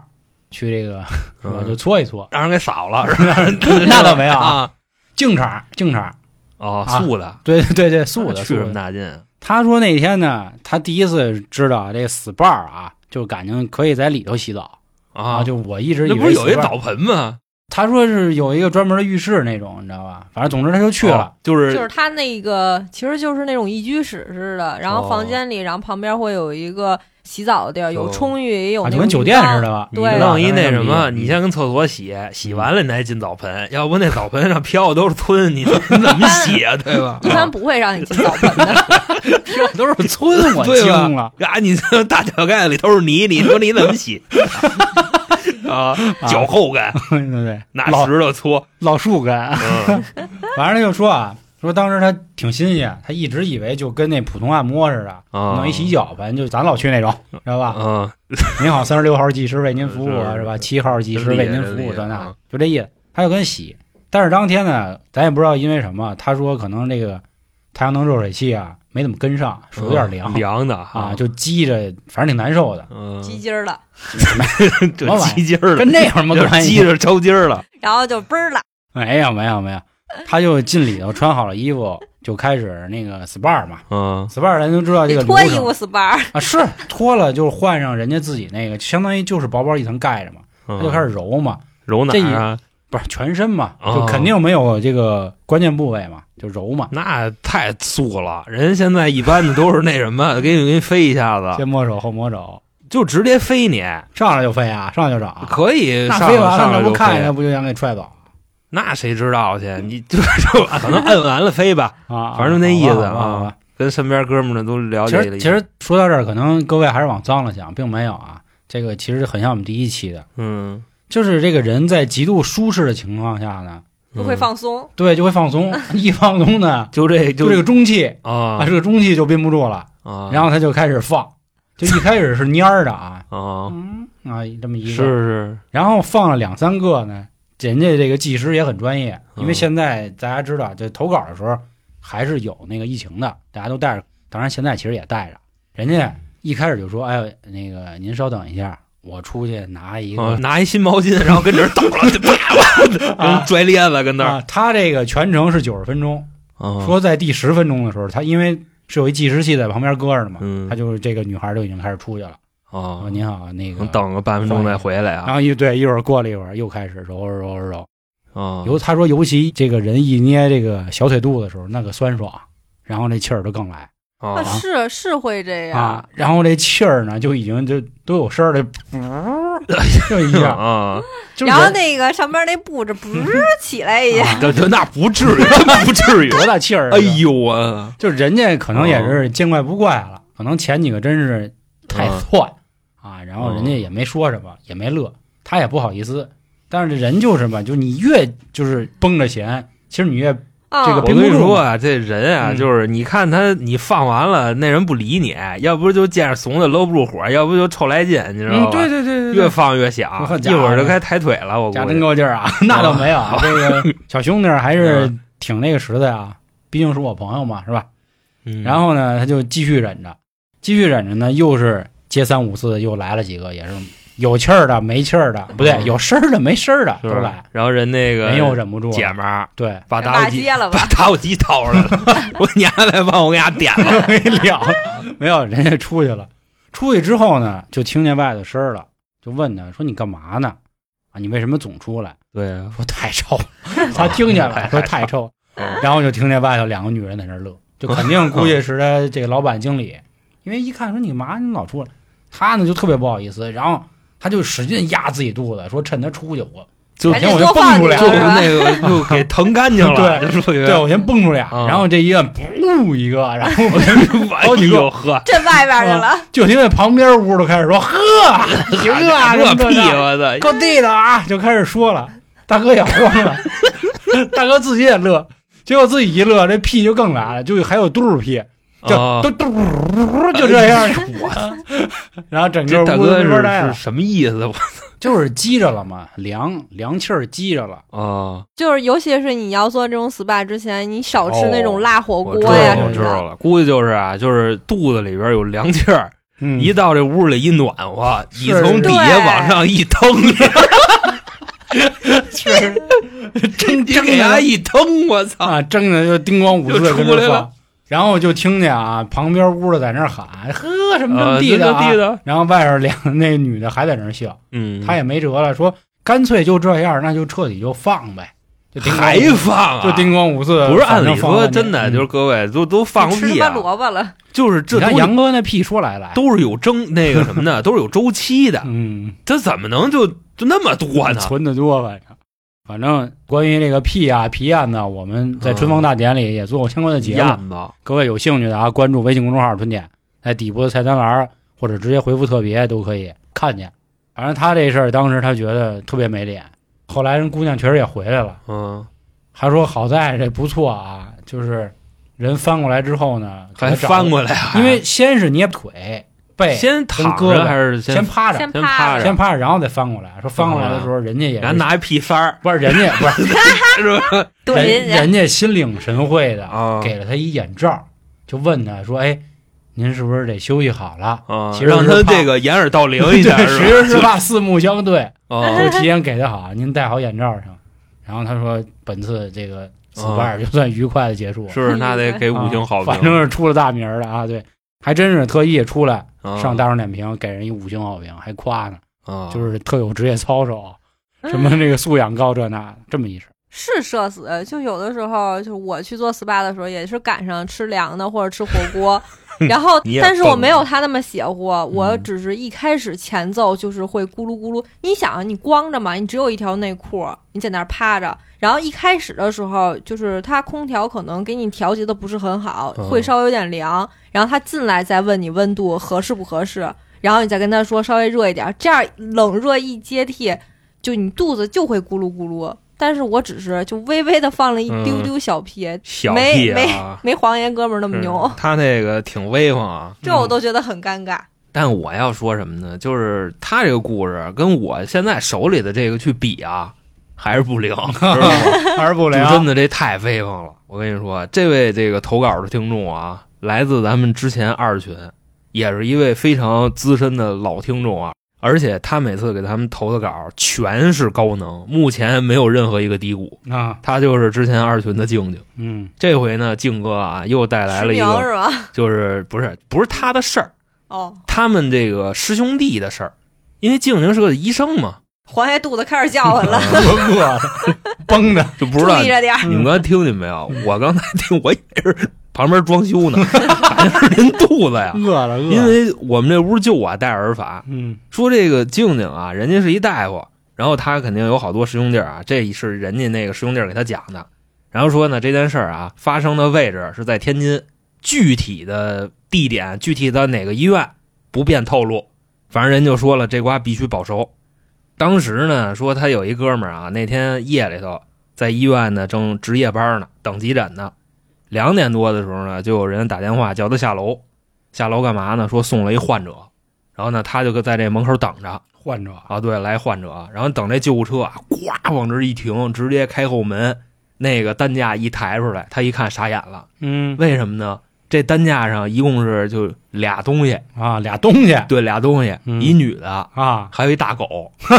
S2: 去这个
S3: 嗯
S2: 我就搓一搓，
S3: 让人给扫了，是吧
S2: 那倒没有
S3: 啊。
S2: 净场净场，
S3: 哦，
S2: 啊
S3: 素的，
S2: 对对对，素的 素
S3: 去什
S2: 的。
S3: 么大劲？啊
S2: 他说那天呢，他第一次知道这 SPA 啊，就感情可以在里头洗澡
S3: 啊，
S2: 就我一直以
S3: 那
S2: 为
S3: 不是有一
S2: SPA
S3: 澡盆吗？
S2: 他说是有一个专门的浴室那种，你知道吧？反正总之他就去了。
S3: 哦，就
S4: 就是
S3: 是
S4: 它那个其实就是那种一居室似的，然后房间里，然后旁边会有一个洗澡的地儿，有
S3: 哦就
S4: 冲浴，也有
S3: 哦
S2: 啊，
S4: 那
S2: 就
S4: 种
S2: 跟酒店似的吧？
S4: 对
S3: 你弄一那什
S2: 当然是这
S3: 么，
S2: 么一个
S3: 你先跟厕所洗，洗
S2: 嗯
S3: 完了你再进澡盆，要不那澡盆上飘的都是皴，你 你怎么 洗啊？对吧？
S4: 一般不会让你进 澡盆的，
S2: 都 是村，我
S3: 对吧
S2: 惊了。
S3: 啊，你这大脚盖子里都是泥，你说你怎么洗？ 啊，脚后跟
S2: 对对对，
S3: 拿
S2: 老
S3: 石头搓，
S2: 老树根。
S3: 嗯，
S2: 反正他就说啊，说当时他挺新鲜，他一直以为就跟那普通按摩似的，
S3: 啊
S2: 弄一洗脚盆，就咱老去那种，知道吧？
S3: 嗯，
S2: 您好，三十六号技师为您服务啊
S3: 是是
S2: 是吧？七号技师为您服
S3: 真厉
S2: 务，这
S3: 害真厉
S2: 那
S3: 害
S2: 就这意思。他就跟洗，但是当天呢，咱也不知道因为什么，他说可能这个太阳能热水器啊没怎么跟上，水有点凉、
S3: 嗯凉的
S2: 啊，就积着，反正挺难受的，
S3: 嗯，
S4: 鸡筋儿了，
S2: 什么玩意
S3: 这
S2: 儿
S3: 鸡筋儿了
S2: 跟，这有什么
S3: 就
S2: 关
S3: 是
S2: 系？
S3: 鸡着抽筋 儿了，
S4: 然后就嘣儿了，
S2: 没有没有没有，他就进里头穿好了衣服，就开始那个 SPA 嘛
S3: 嗯，
S2: ，SPA 咱都知道这
S4: 你
S2: 个流
S4: 脱衣服
S2: 程
S4: SPA，
S2: 啊，是脱了就是换上人家自己那个，相当于就是薄薄一层盖着嘛，他
S3: 他
S2: 就开始揉嘛，
S3: 揉哪
S2: 这
S3: 儿嗯啊？
S2: 不是全身嘛，
S3: 哦
S2: 就肯定没有这个关键部位嘛，就揉嘛，
S3: 那太素了，人现在一般的都是那什么，给你给你飞一下子，
S2: 先摸手后摸肘，
S3: 就直接飞你，
S2: 上来就飞啊，上来就找啊，
S3: 可以
S2: 那
S3: 上
S2: 飞完
S3: 上
S2: 了
S3: 来
S2: 那
S3: 就
S2: 不看
S3: 飞
S2: 见嗯他不就想给踹走
S3: 那谁知道去？你就就可能摁完了飞吧，
S2: 啊？
S3: 反正就那意思
S2: 好吧好吧好吧
S3: 跟身边哥们儿都了
S2: 其
S3: 解了
S2: 实
S3: 一
S2: 其
S3: 下。
S2: 实说到这儿，可能各位还是往脏了想，并没有啊。这个其实很像我们第一期的，
S3: 嗯，
S2: 就是这个人在极度舒适的情况下呢，
S4: 不会
S3: 嗯，
S4: 放松，
S2: 对，就会放 松，一放松呢，
S3: 就这
S2: 就这个中气
S3: 啊
S2: 啊，这个中气就憋不住了，
S3: 啊，，
S2: 然后他就开始放，就一开始是蔫儿的啊
S3: 啊，
S2: 嗯啊，这么一个
S3: 是是，
S2: 然后放了两三个呢，人家这个技师也很专业，
S3: 嗯
S2: 因为现在大家知道，这投稿的时候还是有那个疫情的，大家都带着，当然现在其实也带着。人家一开始就说：“哎呦，那个您稍等一下，我出去拿一
S3: 啊
S2: 个。
S3: 拿一新毛巾，然后跟这儿抖了，就啪啪，跟拽咧子跟那儿
S2: 啊，他这个全程是九十分钟，
S3: 啊
S2: 说在第十分钟的时候，他因为是有一计时器在旁边搁着呢嘛，
S3: 嗯
S2: 他就是这个女孩就已经开始出去了。
S3: 啊
S2: 说，您好，那个
S3: 能。等啊个半分钟再回来
S2: 然
S3: 啊
S2: 后一对一会儿过了一会儿又开始揉揉揉揉揉，
S3: 啊，
S2: 尤他说，尤其这个人一捏这个小腿肚子的时候，那个酸爽，然后这气儿就更来
S3: 啊
S4: 啊，是是会这样，
S2: 啊，然后这气儿呢就已经就都有声儿了，就一下，
S3: 啊，
S2: 就是
S4: 然后那个上边那布子不是起来一下，
S2: 啊
S3: 这这那不至于，根本 不至于。
S2: 多大气儿啊？
S3: 哎哦呦我，
S2: 就人家可能也是见怪不怪了，可能前几个真是太
S3: 嗯
S2: 窜啊，然后
S3: 哦
S2: 人家也没说什么，也没乐，他也不好意思，但是人就是吧，就你越就是绷着弦，其实你越
S4: 啊，
S2: 这
S3: 我
S2: 个
S3: 跟你说啊，这人
S2: 嗯
S3: 啊，就是你看他，你放完了，那人不理你，要不就见着怂的搂不住火，要不就臭来劲，你知道吧？
S2: 嗯，对对对对对，
S3: 越放越响
S2: 我，
S3: 一会儿就该抬腿了，我估
S2: 加真
S3: 计。
S2: 够劲儿 啊！那倒没有啊，这个小兄弟儿还是挺那个实在啊，毕竟是我朋友嘛，是吧？
S3: 嗯
S2: 然后呢，他就继续忍着，继续忍着呢，又是接三五四，又来了几个，也是有气儿的，没气儿的，不对，有声儿的，没声儿的
S3: 嗯是
S2: 都来，
S3: 然后人那个
S2: 人又忍不住了
S3: 姐们儿
S2: 对
S3: 把打火
S4: 骂
S3: 机
S4: 街了吧
S3: 把？打火机掏出来了，我娘来帮我给他点了。
S2: 没了，没有，人家出去了。出去之后呢，就听见外头声儿了，就问他说：“你干嘛呢？啊，你为什么总出来？”
S3: 对啊，
S2: 说太臭， 他听见 了，说太臭，
S3: 嗯
S2: 然后就听见外头两个女人在那儿乐，就肯定估计是他这个老板经理，因为一看说你嘛你老出来，他呢就特别不好意思，然后他就使劲压自己肚子，说趁他出去我
S3: 就
S2: 首
S4: 赶紧
S2: 先我先
S4: 多
S2: 蹦
S4: 放
S2: 出
S4: 几
S2: 俩，
S3: 就是
S4: 个
S2: 对
S4: 吧
S3: 那个就给腾干净了，就属于
S2: 我先蹦出俩，
S3: 嗯
S2: 然后这一摁，噗一 个，然后我就
S3: 好
S2: 几个
S3: 喝，
S4: 震外边去了，
S2: 就听见旁边屋都开始说 呵， 行啊，
S3: 这
S2: 什么这
S3: 屁
S2: 那
S3: 我操！
S2: 够地道啊，就开始说了。大哥也慌 了，大哥自己也乐，结果自己一乐，这屁就更来了，就还有嘟噜屁，就
S3: 啊
S2: 嘟嘟，就这
S3: 哎
S2: 样，啊 然后整个
S3: 这大
S2: 屋
S3: 哥
S2: 子没法待
S3: 是是
S2: 了，
S3: 什么意思？我
S2: 就是积着了嘛，凉凉气儿积着了，哦
S3: 啊，
S4: 就是尤其是你要做这种 SPA 之前，你少吃那种辣火
S3: 我
S4: 哦锅
S3: 知道
S4: 呀什
S3: 了，
S4: 么
S3: 知道
S4: 的，
S3: 了，估计就是啊，就是肚子里边有凉气儿，
S2: 嗯
S3: 一到这屋里一暖和，
S2: 是
S3: 你从底下
S4: 对
S3: 往上一 蹬，
S2: 蒸
S3: 你
S2: 蒸
S3: 给他
S2: 的
S3: 一蹬，我操！
S2: 啊，蒸的就叮咣五四
S3: 就出来了，
S2: 然后就听见啊，旁边屋的在那儿喊呵什么这么
S3: 啊
S2: 地的、
S3: 这么地道
S2: 然后外边两那女的还在那儿笑，
S3: 嗯，
S2: 他也没辙了，说干脆就这样，那就彻底就放呗，就叮咣
S3: 还放啊，
S2: 就叮咣五四，
S3: 不是按
S2: 反正
S3: 理
S2: 放
S3: 说
S2: 半天
S3: 真的，
S2: 嗯
S3: 就是各位都都放
S4: 吃
S3: 屁
S4: 他妈
S3: 啊，
S4: 萝卜了，
S3: 就是这
S2: 你看
S3: 东西
S2: 杨哥那屁说来来，
S3: 都是有征那个什 么的，都是有周期的，
S2: 嗯，
S3: 这怎么能就就那么多呢？
S2: 存的多，反正反正关于这个屁啊皮案呢，我们在
S3: 嗯
S2: 春风大典里也做过相关的节目，
S3: 燕子，
S2: 各位有兴趣的啊，关注微信公众号“春点”，在底部的菜单栏儿或者直接回复“特别”都可以看见。反正他这事儿当时他觉得特别没脸，后来人姑娘确实也回来了。
S3: 嗯，
S2: 还说好在这不错啊，就是人翻过来之后呢，给他
S3: 还
S2: 找
S3: 翻，过来啊，
S2: 因为先是捏腿背，先
S3: 先躺
S2: 跟胳
S3: 着
S2: 膊
S3: 还是先
S2: 趴着，
S3: 先
S4: 趴
S3: 趴着
S2: 先趴着，然后再翻过来。说翻过来的时候，人家也
S3: 然后
S2: 是
S3: 拿一屁塞儿，
S2: 不是人家不是
S3: 是吧？
S4: 怼
S2: 人
S4: 人家，
S2: 人家心领神会的，
S3: 啊
S2: 给了他一眼罩，就问他说：“哎，您是不是得休息好了
S3: 啊
S2: 其，实
S3: 让
S2: 是
S3: 他
S2: 怕
S3: 这个掩耳盗？”铃
S2: 对，
S3: 一 下，
S2: 其实
S3: 是
S2: 是
S3: 吧？
S2: 怕四目相 对，
S3: 啊
S2: 就提前给他好，您戴好眼罩上。然后他说：“本次这个此
S3: 啊
S2: 伴就算愉快的结束。”啊
S3: 是那得给五星好评，
S2: 反正是出了大名儿了啊！对，还真是特意出来
S3: 啊
S2: 上大众点评给人一五星好评，还夸呢，
S3: 啊，
S2: 就是特有职业操守，什么这个素养高这那的这么一 事儿。
S4: 是社死，就有的时候，就我去做 SPA 的时候，也是赶上吃凉的或者吃火 锅，然后
S3: 你也嗯
S4: 但是
S3: 蹦
S4: 我没有他那么邪乎，我只是一开始前奏就是会咕噜咕噜。你想，啊你光着嘛，你只有一条内裤，你在那儿趴着，然后一开始的时候，就是他空调可能给你调节的不是很好，
S3: 嗯
S4: 会稍微有点凉，然后他进来再问你温度合适不合适，然后你再跟他说稍微热一点，这样冷热一接替，就你肚子就会咕噜咕噜。但是我只是就微微的放了一丢丢小屁，
S3: 小
S4: 没
S3: 屁
S4: 没
S3: 啊， 嗯
S4: 没黄爷哥们儿那么牛
S3: 是，他那个挺威风啊，
S4: 这我都觉得很尴尬。
S3: 但我要说什么呢？就是他这个故事跟我现在手里的这个去比啊，还是不 灵，知道吗？
S2: 还是嗯不啊
S3: 主真的这太威风了。我跟你说，这位这个投稿的听众啊，来自咱们之前二群，也是一位非常资深的老听众啊。而且他每次给咱们投的稿全是高能，目前没有任何一个低谷。
S2: 啊，
S3: 他就是之前二群的静静。
S2: 嗯，
S3: 这回呢，静哥啊又带来了一
S4: 石苗
S3: 个，
S4: 是吧？
S3: 就是不是不是他的事儿，
S4: 哦，
S3: 他们这个师兄弟的事儿。因为静静是个医生嘛，
S4: 黄爷肚子开始叫 唤了，
S2: 我饿了，崩的，
S3: 就 不
S4: 注
S3: 知道
S4: 意着点儿。
S3: 你们刚才听见没有？我刚才听，我以为是旁边装修呢， 还是您肚子呀？
S2: 饿了，饿了，
S3: 因为我们这屋就我戴耳法，
S2: 嗯
S3: 说这个静静啊，人家是一大夫，然后他肯定有好多师兄弟儿啊，这是人家那个师兄弟儿给他讲的。然后说呢，这件事儿啊，发生的位置是在天津，具体的地点、具体的哪个医院不便透露。反正人就说了，这瓜必须保熟。当时呢，说他有一哥们儿啊，那天夜里头在医院呢正值夜班呢，等急诊呢。两点多的时候呢，就有人打电话叫他下楼，下楼干嘛呢？说送了一患者，然后呢，他就在这门口等着
S2: 换着啊，
S3: 啊，对，来患者，然后等这救护车啊，呱往这儿一停，直接开后门，那个担架一抬出来，他一看傻眼了，
S2: 嗯
S3: 为什么呢？这担架上一共是就俩东西，
S2: 啊，俩东西
S3: 对，俩东西，
S2: 嗯
S3: 一女的，
S2: 啊
S3: 还有一大狗，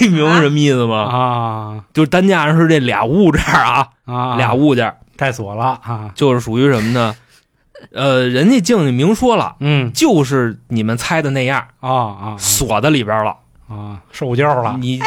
S3: 你明白什么意思吗？
S2: 啊
S3: 就是担架上是这俩物件儿啊，
S2: 啊，
S3: 俩物件儿
S2: 带锁了啊，
S3: 就是属于什么呢？呃，人家静静明说了，
S2: 嗯
S3: 就是你们猜的那样，
S2: 啊啊
S3: 锁在里边了，
S2: 啊，受教了，
S3: 你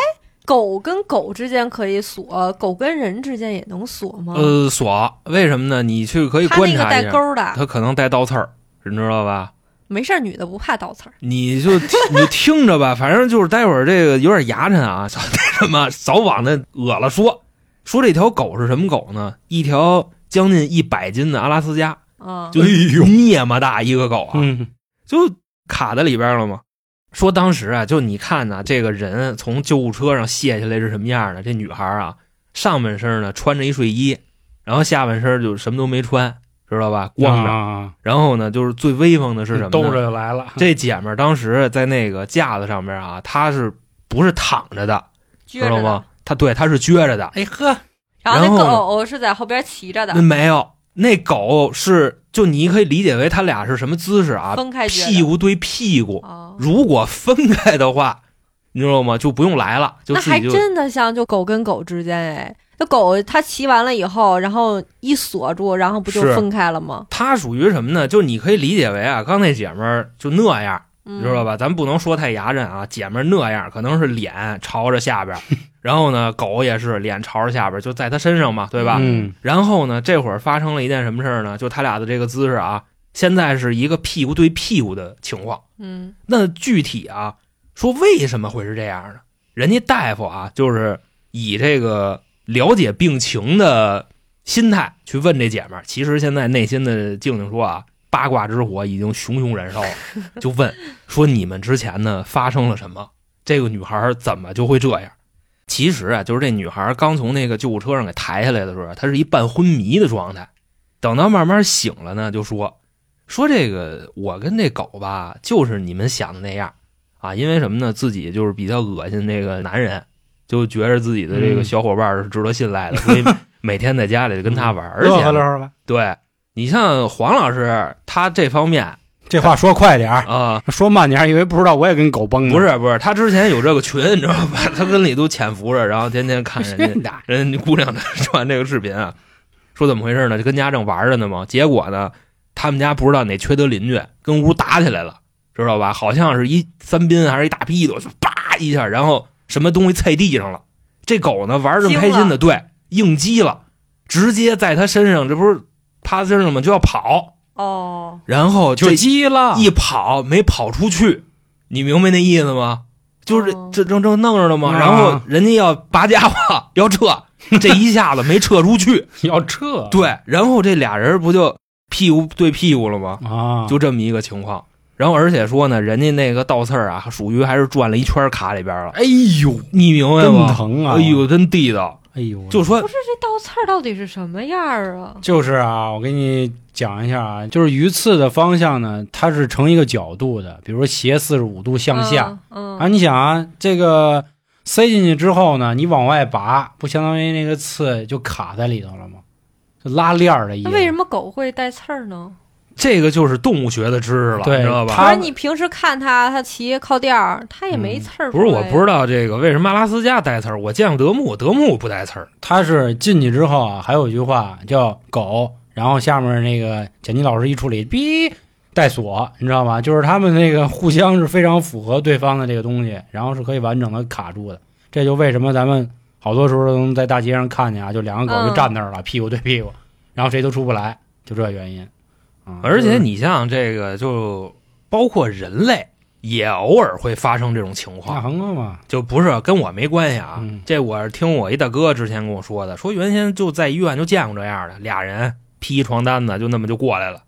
S4: 狗跟狗之间可以锁，狗跟人之间也能锁吗？
S3: 呃，锁为什么呢？你去可以
S4: 它
S3: 观
S4: 啊那个
S3: 察一
S4: 带
S3: 下，
S4: 钩儿啊的，
S3: 它可能带倒刺儿，你知道吧？
S4: 没事儿，女的不怕倒刺儿。
S3: 你就你听着吧，反正就是待会儿这个有点牙碜啊，早那什么早往那恶了说。说这条狗是什么狗呢？一条将近一百斤的阿拉斯加，
S4: 嗯，
S3: 就那么大一个狗啊，
S2: 嗯
S3: 就卡在里边了嘛。说当时啊，就你看呐、这个人从救护车上卸下来是什么样的？这女孩啊，上半身呢穿着一睡衣，然后下半身就什么都没穿，知道吧？光着。
S2: 着
S3: 然后呢，就是最威风的是什么呢？
S2: 兜着就来了，
S3: 这姐们儿当时在那个架子上面啊，她是不是躺着的？
S4: 撅
S3: 知
S4: 着
S3: 道
S4: 呢
S3: 吗。？她对，她是撅着的。
S2: 哎呵，
S4: 然后那
S3: 然后呢
S4: 狗是在后边骑着的
S3: 那，没有，那狗是就你可以理解为他俩是什么姿势啊？
S4: 分开撅着。
S3: 屁股对屁股，
S4: 哦，
S3: 如果分开的话，你知道吗？就不用来了，就
S4: 那
S3: 自
S4: 还
S3: 己就
S4: 真的像就狗跟狗之间哎，那狗它骑完了以后，然后一锁住，然后不就是分开了吗？
S3: 它属于什么呢？就是你可以理解为啊，刚那姐们儿就那样，
S4: 你
S3: 你知
S4: 嗯
S3: 道？吧？咱不能说太牙碜啊，姐们儿那样可能是脸朝着下边儿，
S4: 嗯
S3: 然后呢，狗也是脸朝着下边儿，就在她身上嘛，对吧？
S2: 嗯
S3: 然后呢，这会儿发生了一件什么事儿呢？就他俩的这个姿势啊，现在是一个屁股对屁股的情况。
S4: 嗯，
S3: 那具体啊，说为什么会是这样呢？人家大夫啊，就是以这个了解病情的心态去问这姐们儿。其实现在内心的静静说啊，八卦之火已经熊熊燃烧了，就问说你们之前呢发生了什么？这个女孩儿怎么就会这样？其实啊，就是这女孩儿刚从那个救护车上给抬下来的时候，她是一半昏迷的状态。等到慢慢醒了呢，就说说这个我跟这狗吧，就是你们想的那样啊，因为什么呢？自己就是比较恶心这个男人，就觉着自己的这个
S2: 嗯
S3: 小伙伴儿是值得信赖的，所以每天在家里就跟他玩儿。而
S2: 嗯乐呵
S3: 且
S2: 乐呵
S3: 呢，
S2: 吧，
S3: 对你像黄老师，他这方面啊、
S2: 这话说快点儿，说慢点儿，以为不知道我也跟狗崩呢，
S3: 不是不是，他之前有这个群，你知道吧？他跟里头潜伏着，然后天天看人家
S2: 真 的，
S3: 人家姑娘的 传这个视频啊，说怎么回事呢？就跟家正玩着呢嘛，结果呢，他们家不知道哪缺德邻居跟屋打起来了，知道吧？好像是一三宾还是一大屁股，就叭一下，然后什么东西踩地上了。这狗呢玩儿正开心
S4: 惊
S3: 的，对，应激了，直接在他身上，这不是趴身上吗？就要跑，
S4: 哦，
S3: 然后
S2: 就
S3: 这
S2: 急了，
S3: 一跑没跑出去，你明白那意思吗？就是
S4: 哦
S3: 这正正弄着呢嘛，
S2: 啊
S3: 然后人家要拔家伙 要撤，这一下子没撤出 去，
S2: 要撤，
S3: 对，然后这俩人不就屁股对屁股了吗？
S2: 啊，
S3: 就这么一个情况。然后而且说呢，人家那个倒刺儿啊，属于还是转了一圈卡里边了，
S2: 哎呦，
S3: 你明白
S2: 真
S3: 吗？
S2: 疼啊，
S3: 哎呦，真地道！
S2: 哎呦，
S3: 就说
S4: 不是这倒刺儿到底是什么样儿啊？
S2: 就是啊，我给你讲一下啊，就是鱼刺的方向呢，它是呈一个角度的，比如说斜四十五度向下，
S4: 嗯，
S2: 啊，
S4: 嗯，
S2: 你想啊，这个塞进去之后呢，你往外拔，不相当于那个刺就卡在里头了吗？就拉链儿的意思。
S4: 那为什么狗会带刺儿呢？
S3: 这个就是动物学的知识了，
S2: 对
S3: 你知道吧？
S2: 它
S4: 不是你平时看它，它骑靠垫儿，它也没
S2: 嗯
S4: 刺儿哎出
S3: 不
S4: 来
S3: 是，
S4: 呀。
S3: 我不知道这个为什么阿拉斯加带刺儿，我见过德牧，德牧不带刺儿。
S2: 它是进去之后啊，还有一句话叫“狗”，然后下面那个剪辑老师一处理，哔带锁，你知道吗？就是他们那个互相是非常符合对方的这个东西，然后是可以完整的卡住的。这就为什么咱们好多时候都能在大街上看见啊，就两个狗就
S4: 嗯
S2: 站那儿了，屁股对屁股，然后谁都出不来，就这原因。嗯、
S3: 而
S2: 就是
S3: 且你像这个，就包括人类也偶尔会发生这种情
S2: 那
S3: 况，
S2: 横哥嘛，
S3: 就不是跟我没关系啊。
S2: 嗯
S3: 这我是听我一大哥之前跟我说的，说原先就在医院就见过这样的，俩人披一床单子就那么就过来了。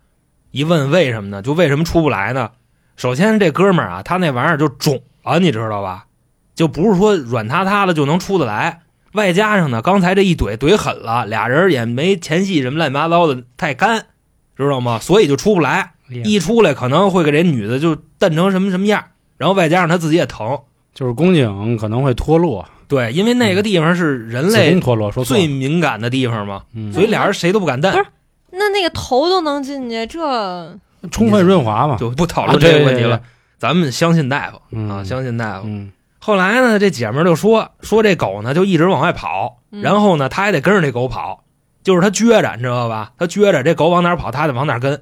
S3: 一问为什么呢？就为什么出不来呢？首先这哥们儿啊，他那玩意儿就肿了，你知道吧？就不是说软塌塌的就能出得来。外加上呢，刚才这一怼怼狠了，俩人也没前戏什么乱七八糟的，太干，知道吗？所以就出不来。
S2: 哎
S3: 一出来可能会给这女的就蹬成什么什么样儿，然后外加上她自己也疼。
S2: 就是宫颈可能会脱落，
S3: 对，因为那个地方是人
S2: 子
S3: 类
S2: 宫脱落说错了
S3: 最，敏感的地方嘛，
S2: 嗯
S3: 所以俩人谁都不敢
S4: 不
S3: 蹬
S4: 是，那那个头都能进去，这
S2: 充分润滑嘛，
S3: 就不讨
S2: 啊
S3: 论这个问题，
S2: 对
S3: 了。咱们相信大夫
S2: 嗯
S3: 啊，相信大夫。
S2: 嗯，
S3: 后来呢，这姐们儿就说说这狗呢就一直往外跑，
S4: 嗯
S3: 然后呢，他还得跟着这狗跑，就是他撅着，你知道吧？他撅着，这狗往哪儿跑，他得往哪儿跟，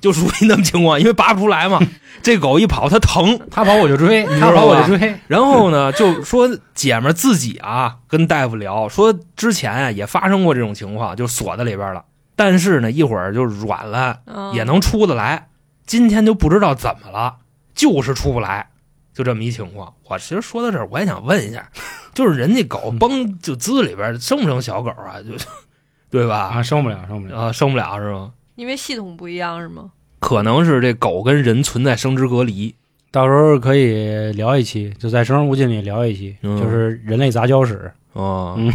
S3: 就属于那么情况，因为拔不出 来嘛。这狗一跑，它疼，
S2: 他跑我就追，
S3: 知
S2: 他
S3: 道
S2: 跑我
S3: 吧
S2: 就追，
S3: 然后呢，就说姐们儿自己啊，跟大夫聊，说之前啊也发生过这种情况，就锁在里边了。但是呢，一会儿就软了，
S4: 嗯
S3: 也能出得来。今天就不知道怎么了，就是出不来，就这么一情况。我其实说到这儿，我也想问一 下，就是人家狗崩就滋里边生不生小狗啊？就 对吧？
S2: 啊，生不了，生不了，
S3: 啊，生不了是吗？
S4: 因为系统不一样是吗？
S3: 可能是这狗跟人存在生殖隔离，
S2: 到时候可以聊一期，就在《生人勿近》里聊一期，
S3: 嗯
S2: 就是人类杂交史
S3: 啊，
S2: 嗯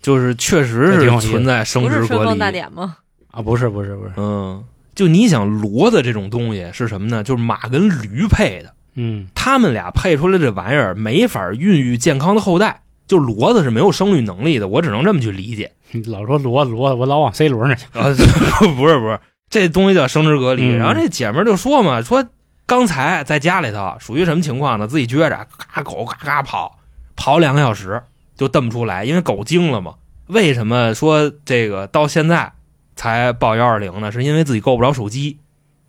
S3: 就是确实
S2: 这挺有
S3: 是
S2: 意思
S3: 存在生
S4: 不
S3: 殖
S4: 是春
S3: 隔
S4: 风
S3: 离
S4: 大。典 吗？
S2: 啊，不是不是不是，
S3: 嗯，就你想骡子这种东西是什么呢？就是马跟驴配的，
S2: 嗯，
S3: 他们俩配出来这玩意儿没法孕育健康的后代。就骡子是没有生育能力的，我只能这么去理解。
S2: 你老说骡子骡子，我老往 C 轮那去，
S3: 啊，不是不是，这东西叫生殖隔离。
S2: 嗯
S3: 然后这姐们儿就说嘛，说刚才在家里头属于什么情况呢？自己撅着，嘎狗嘎嘎跑，跑两个小时就蹬不出来，因为狗惊了嘛。为什么说这个到现在才报幺二零呢？是因为自己够不着手机，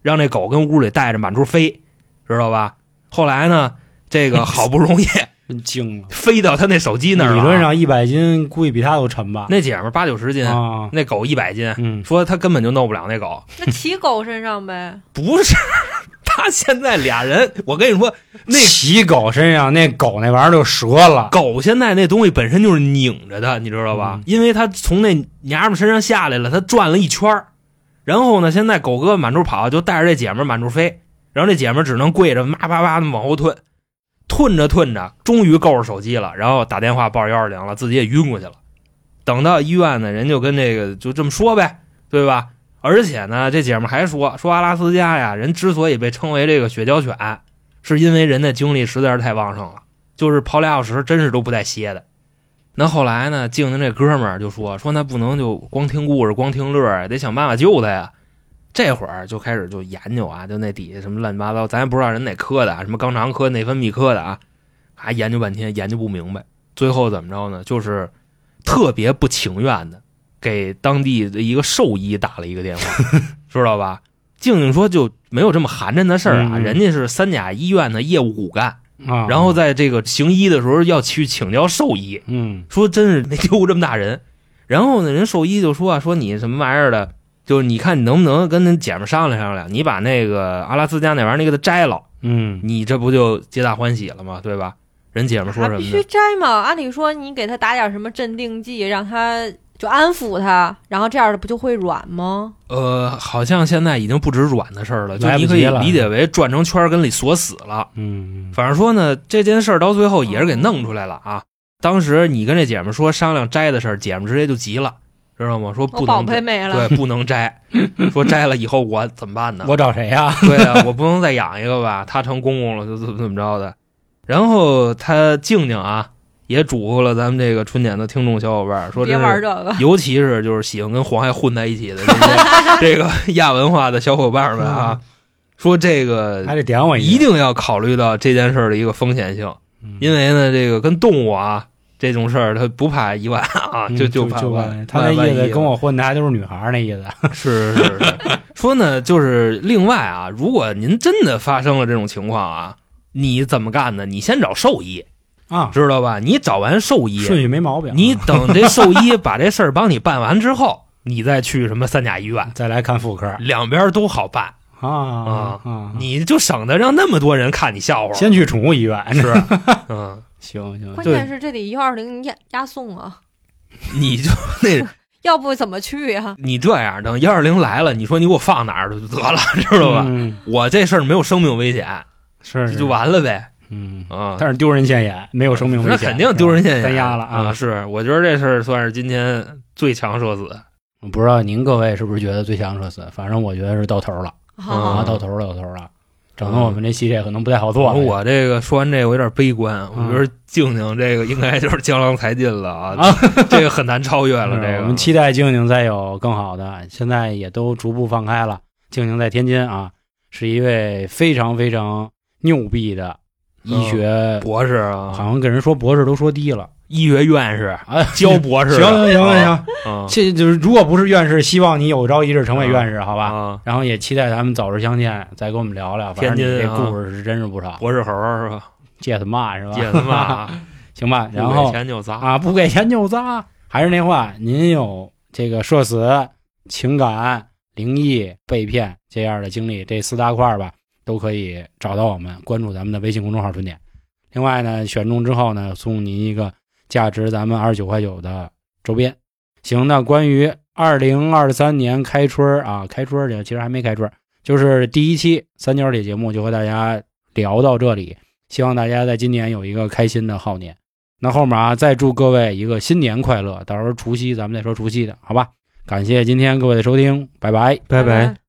S3: 让这狗跟屋里带着满处飞，知道吧？后来呢，这个好不容易
S2: 真惊了。
S3: 飞到他那手机
S2: 理
S3: 那儿了啊。
S2: 论上一百斤估计比他都沉吧？
S3: 那姐们儿八九十斤，
S2: 啊，
S3: 那狗一百斤，
S2: 嗯，
S3: 说他根本就弄不了那狗。
S4: 那骑狗身上呗，
S3: 不是， 他现在俩人，我跟你说，那
S2: 骑狗身上那狗那玩意儿就折了，
S3: 狗现在那东西本身就是拧着的，你知道吧？
S2: 嗯
S3: 因为他从那娘们身上下来了，他转了一圈儿然后呢，现在狗哥满处跑，就带着这姐们儿满处飞，然后这姐们儿只能跪着，嘛叭叭的往后退，退着退着，终于够着手机了，然后打电话报幺二零了，自己也晕过去了。等到医院呢，人就跟这个就这么说呗，对吧？而且呢，这姐们儿还说说阿拉斯加呀，人之所以被称为这个雪橇犬，是因为人的精力实在是太旺盛了，就是跑俩小时真是都不带歇的。那后来呢，静静这哥们儿就说说那不能就光听故事光听乐儿，得想办法救他呀。这会儿就开始就研究啊，就那底下什么乱七八糟，咱也不知道人哪科的啊，什么肛肠科、内分泌科的啊，还研究半天研究不明白。最后怎么着呢？就是特别不情愿的给当地的一个兽医打了一个电话， 知道吧？静静说就没有这么寒碜的事儿啊，
S2: 嗯
S3: 人家是三甲医院的业务骨干，
S2: 啊，
S3: 然后在这个行医的时候要去请教兽医，
S2: 嗯
S3: 说真是没丢过这么大人。 然后呢，人兽医就说啊，说你什么玩意儿的，就是你看你能不能跟那姐们商量商量，你把那个阿拉斯加那玩意儿你给它摘了，
S2: 嗯，
S3: 你这不就皆大欢喜了吗？对吧？人姐们说
S4: 他
S3: 什
S4: 啊必
S3: 么
S4: 须
S3: 呢？
S4: 摘嘛。按理说你给他打点什么镇定剂，让他就安抚他，然后这样的不就会软吗？
S3: 呃，好像现在已经不止软的事儿了，就
S2: 来不
S3: 你
S2: 及
S3: 可以
S2: 了
S3: 理解为转成圈儿跟里锁死了。
S2: 嗯，
S3: 反正说呢，这件事儿到最
S4: 嗯
S3: 后也是给弄出来了啊。当时你跟这姐们说商量摘的事儿，姐们直接就急了，知道吗？说
S4: 我
S3: 不
S4: 宝
S3: 能
S4: 贝没了，
S3: 对，不能摘，说摘了以后我怎么 办呢？
S2: 我找谁呀、
S3: 对啊，我不能再养一个吧？他成公公了，就怎么怎么着的。然后他静静啊，也嘱咐了咱们这个春点的听众小伙伴儿，说
S4: 别
S3: 真
S4: 玩
S3: 是，
S4: 这个。
S3: 尤其是就是喜欢跟黄爱混在一起的 这些这个亚文化的小伙伴们
S4: 嗯
S3: 啊，说这
S2: 还
S3: 个
S2: 得点我
S3: 呃一
S2: 句。
S3: 定要考虑到这件事儿的一个风险性，
S2: 嗯
S3: 因为呢，这个跟动物啊这种事儿，他不怕一万啊，
S2: 嗯
S3: 就
S2: 就
S3: 怕
S2: 就
S3: 万
S2: 他那
S3: 万
S2: 意
S3: 万
S2: 思
S3: 一
S2: 跟我混的还都是女孩儿那意思，
S3: 是是是， 说呢，就是另外啊，如果您真的发生了这种情况啊，你怎么干呢？你先找兽医，
S2: 啊，
S3: 知道吧？你找完兽医，
S2: 顺序没毛病啊。
S3: 你等这兽医把这事儿帮你办完之后，你再去什么三甲医院，
S2: 再来看妇科
S3: 两边都好办，
S2: 啊啊啊！
S3: 你就省得让那么多人看你笑话。
S2: 先去宠物医院，
S3: 是，嗯，
S2: 行行
S4: 关
S3: 对
S4: 键是这得幺二零押押送啊，
S3: 你就那，
S4: 要不怎么去呀、
S3: 你这样，等幺二零来了，你说你给我放哪儿就得了，知道吧？
S2: 嗯
S3: 我这事儿没有生命危险，
S2: 是
S3: 就是完了呗，
S2: 嗯，
S3: 啊。
S2: 但是丢人现眼，没有生命危
S3: 那
S2: 险，
S3: 肯定丢人现眼，
S2: 是
S3: 嗯
S2: 吧三压了啊！
S3: 是，我觉得这事儿算是今天最强社死。
S2: 我不知道您各位是不是觉得最强社死，反正我觉得是到头了
S3: 啊
S2: 啊，到头了，到头了，整得我们这系列可能不太好做了。嗯
S3: 我这个说完这个，我有点悲观，我觉得静静这个应该就是江郎才尽了啊
S2: 啊，
S3: 这个很难超越了。
S2: 是啊
S3: 这个
S2: 我们期待静静再有更好的，现在也都逐步放开了。静静在天津啊，是一位非常非常牛逼的医学，
S3: 博士
S2: 好
S3: 啊，
S2: 像跟人说博士都说低了。
S3: 医学院士
S2: 啊，
S3: 教博士
S2: 行行行
S3: 的，
S2: 行
S3: 啊
S2: 行，
S3: 啊
S2: 这就是如果不是院士，希望你有朝一日成为院士，好吧？
S3: 啊，
S2: 然后也期待咱们早日相见，再跟我们聊聊。反正你
S3: 天津
S2: 这
S3: 啊
S2: 故事是真是不少，
S3: 博士猴儿是 吧？
S2: 借他骂是吧？
S3: 姐他啊妈，
S2: 行吧，然
S3: 不给
S2: 后
S3: 钱就砸，
S2: 啊，不给钱就砸。还是那话，您有这个社死、情感、灵异、被骗这样的经历，这四大块儿吧，都可以找到我们，关注咱们的微信公众号“春点”。另外呢，选中之后呢，送您一个价值咱们二十九块九的周边。行，那关于二零二三年开春儿啊，开春儿去了，其实还没开春儿，就是第一期三角铁节目就和大家聊到这里，希望大家在今年有一个开心的好年。那后面啊，再祝各位一个新年快乐，到时候除夕咱们再说除夕的，好吧？感谢今天各位的收听，拜拜。
S4: 拜拜。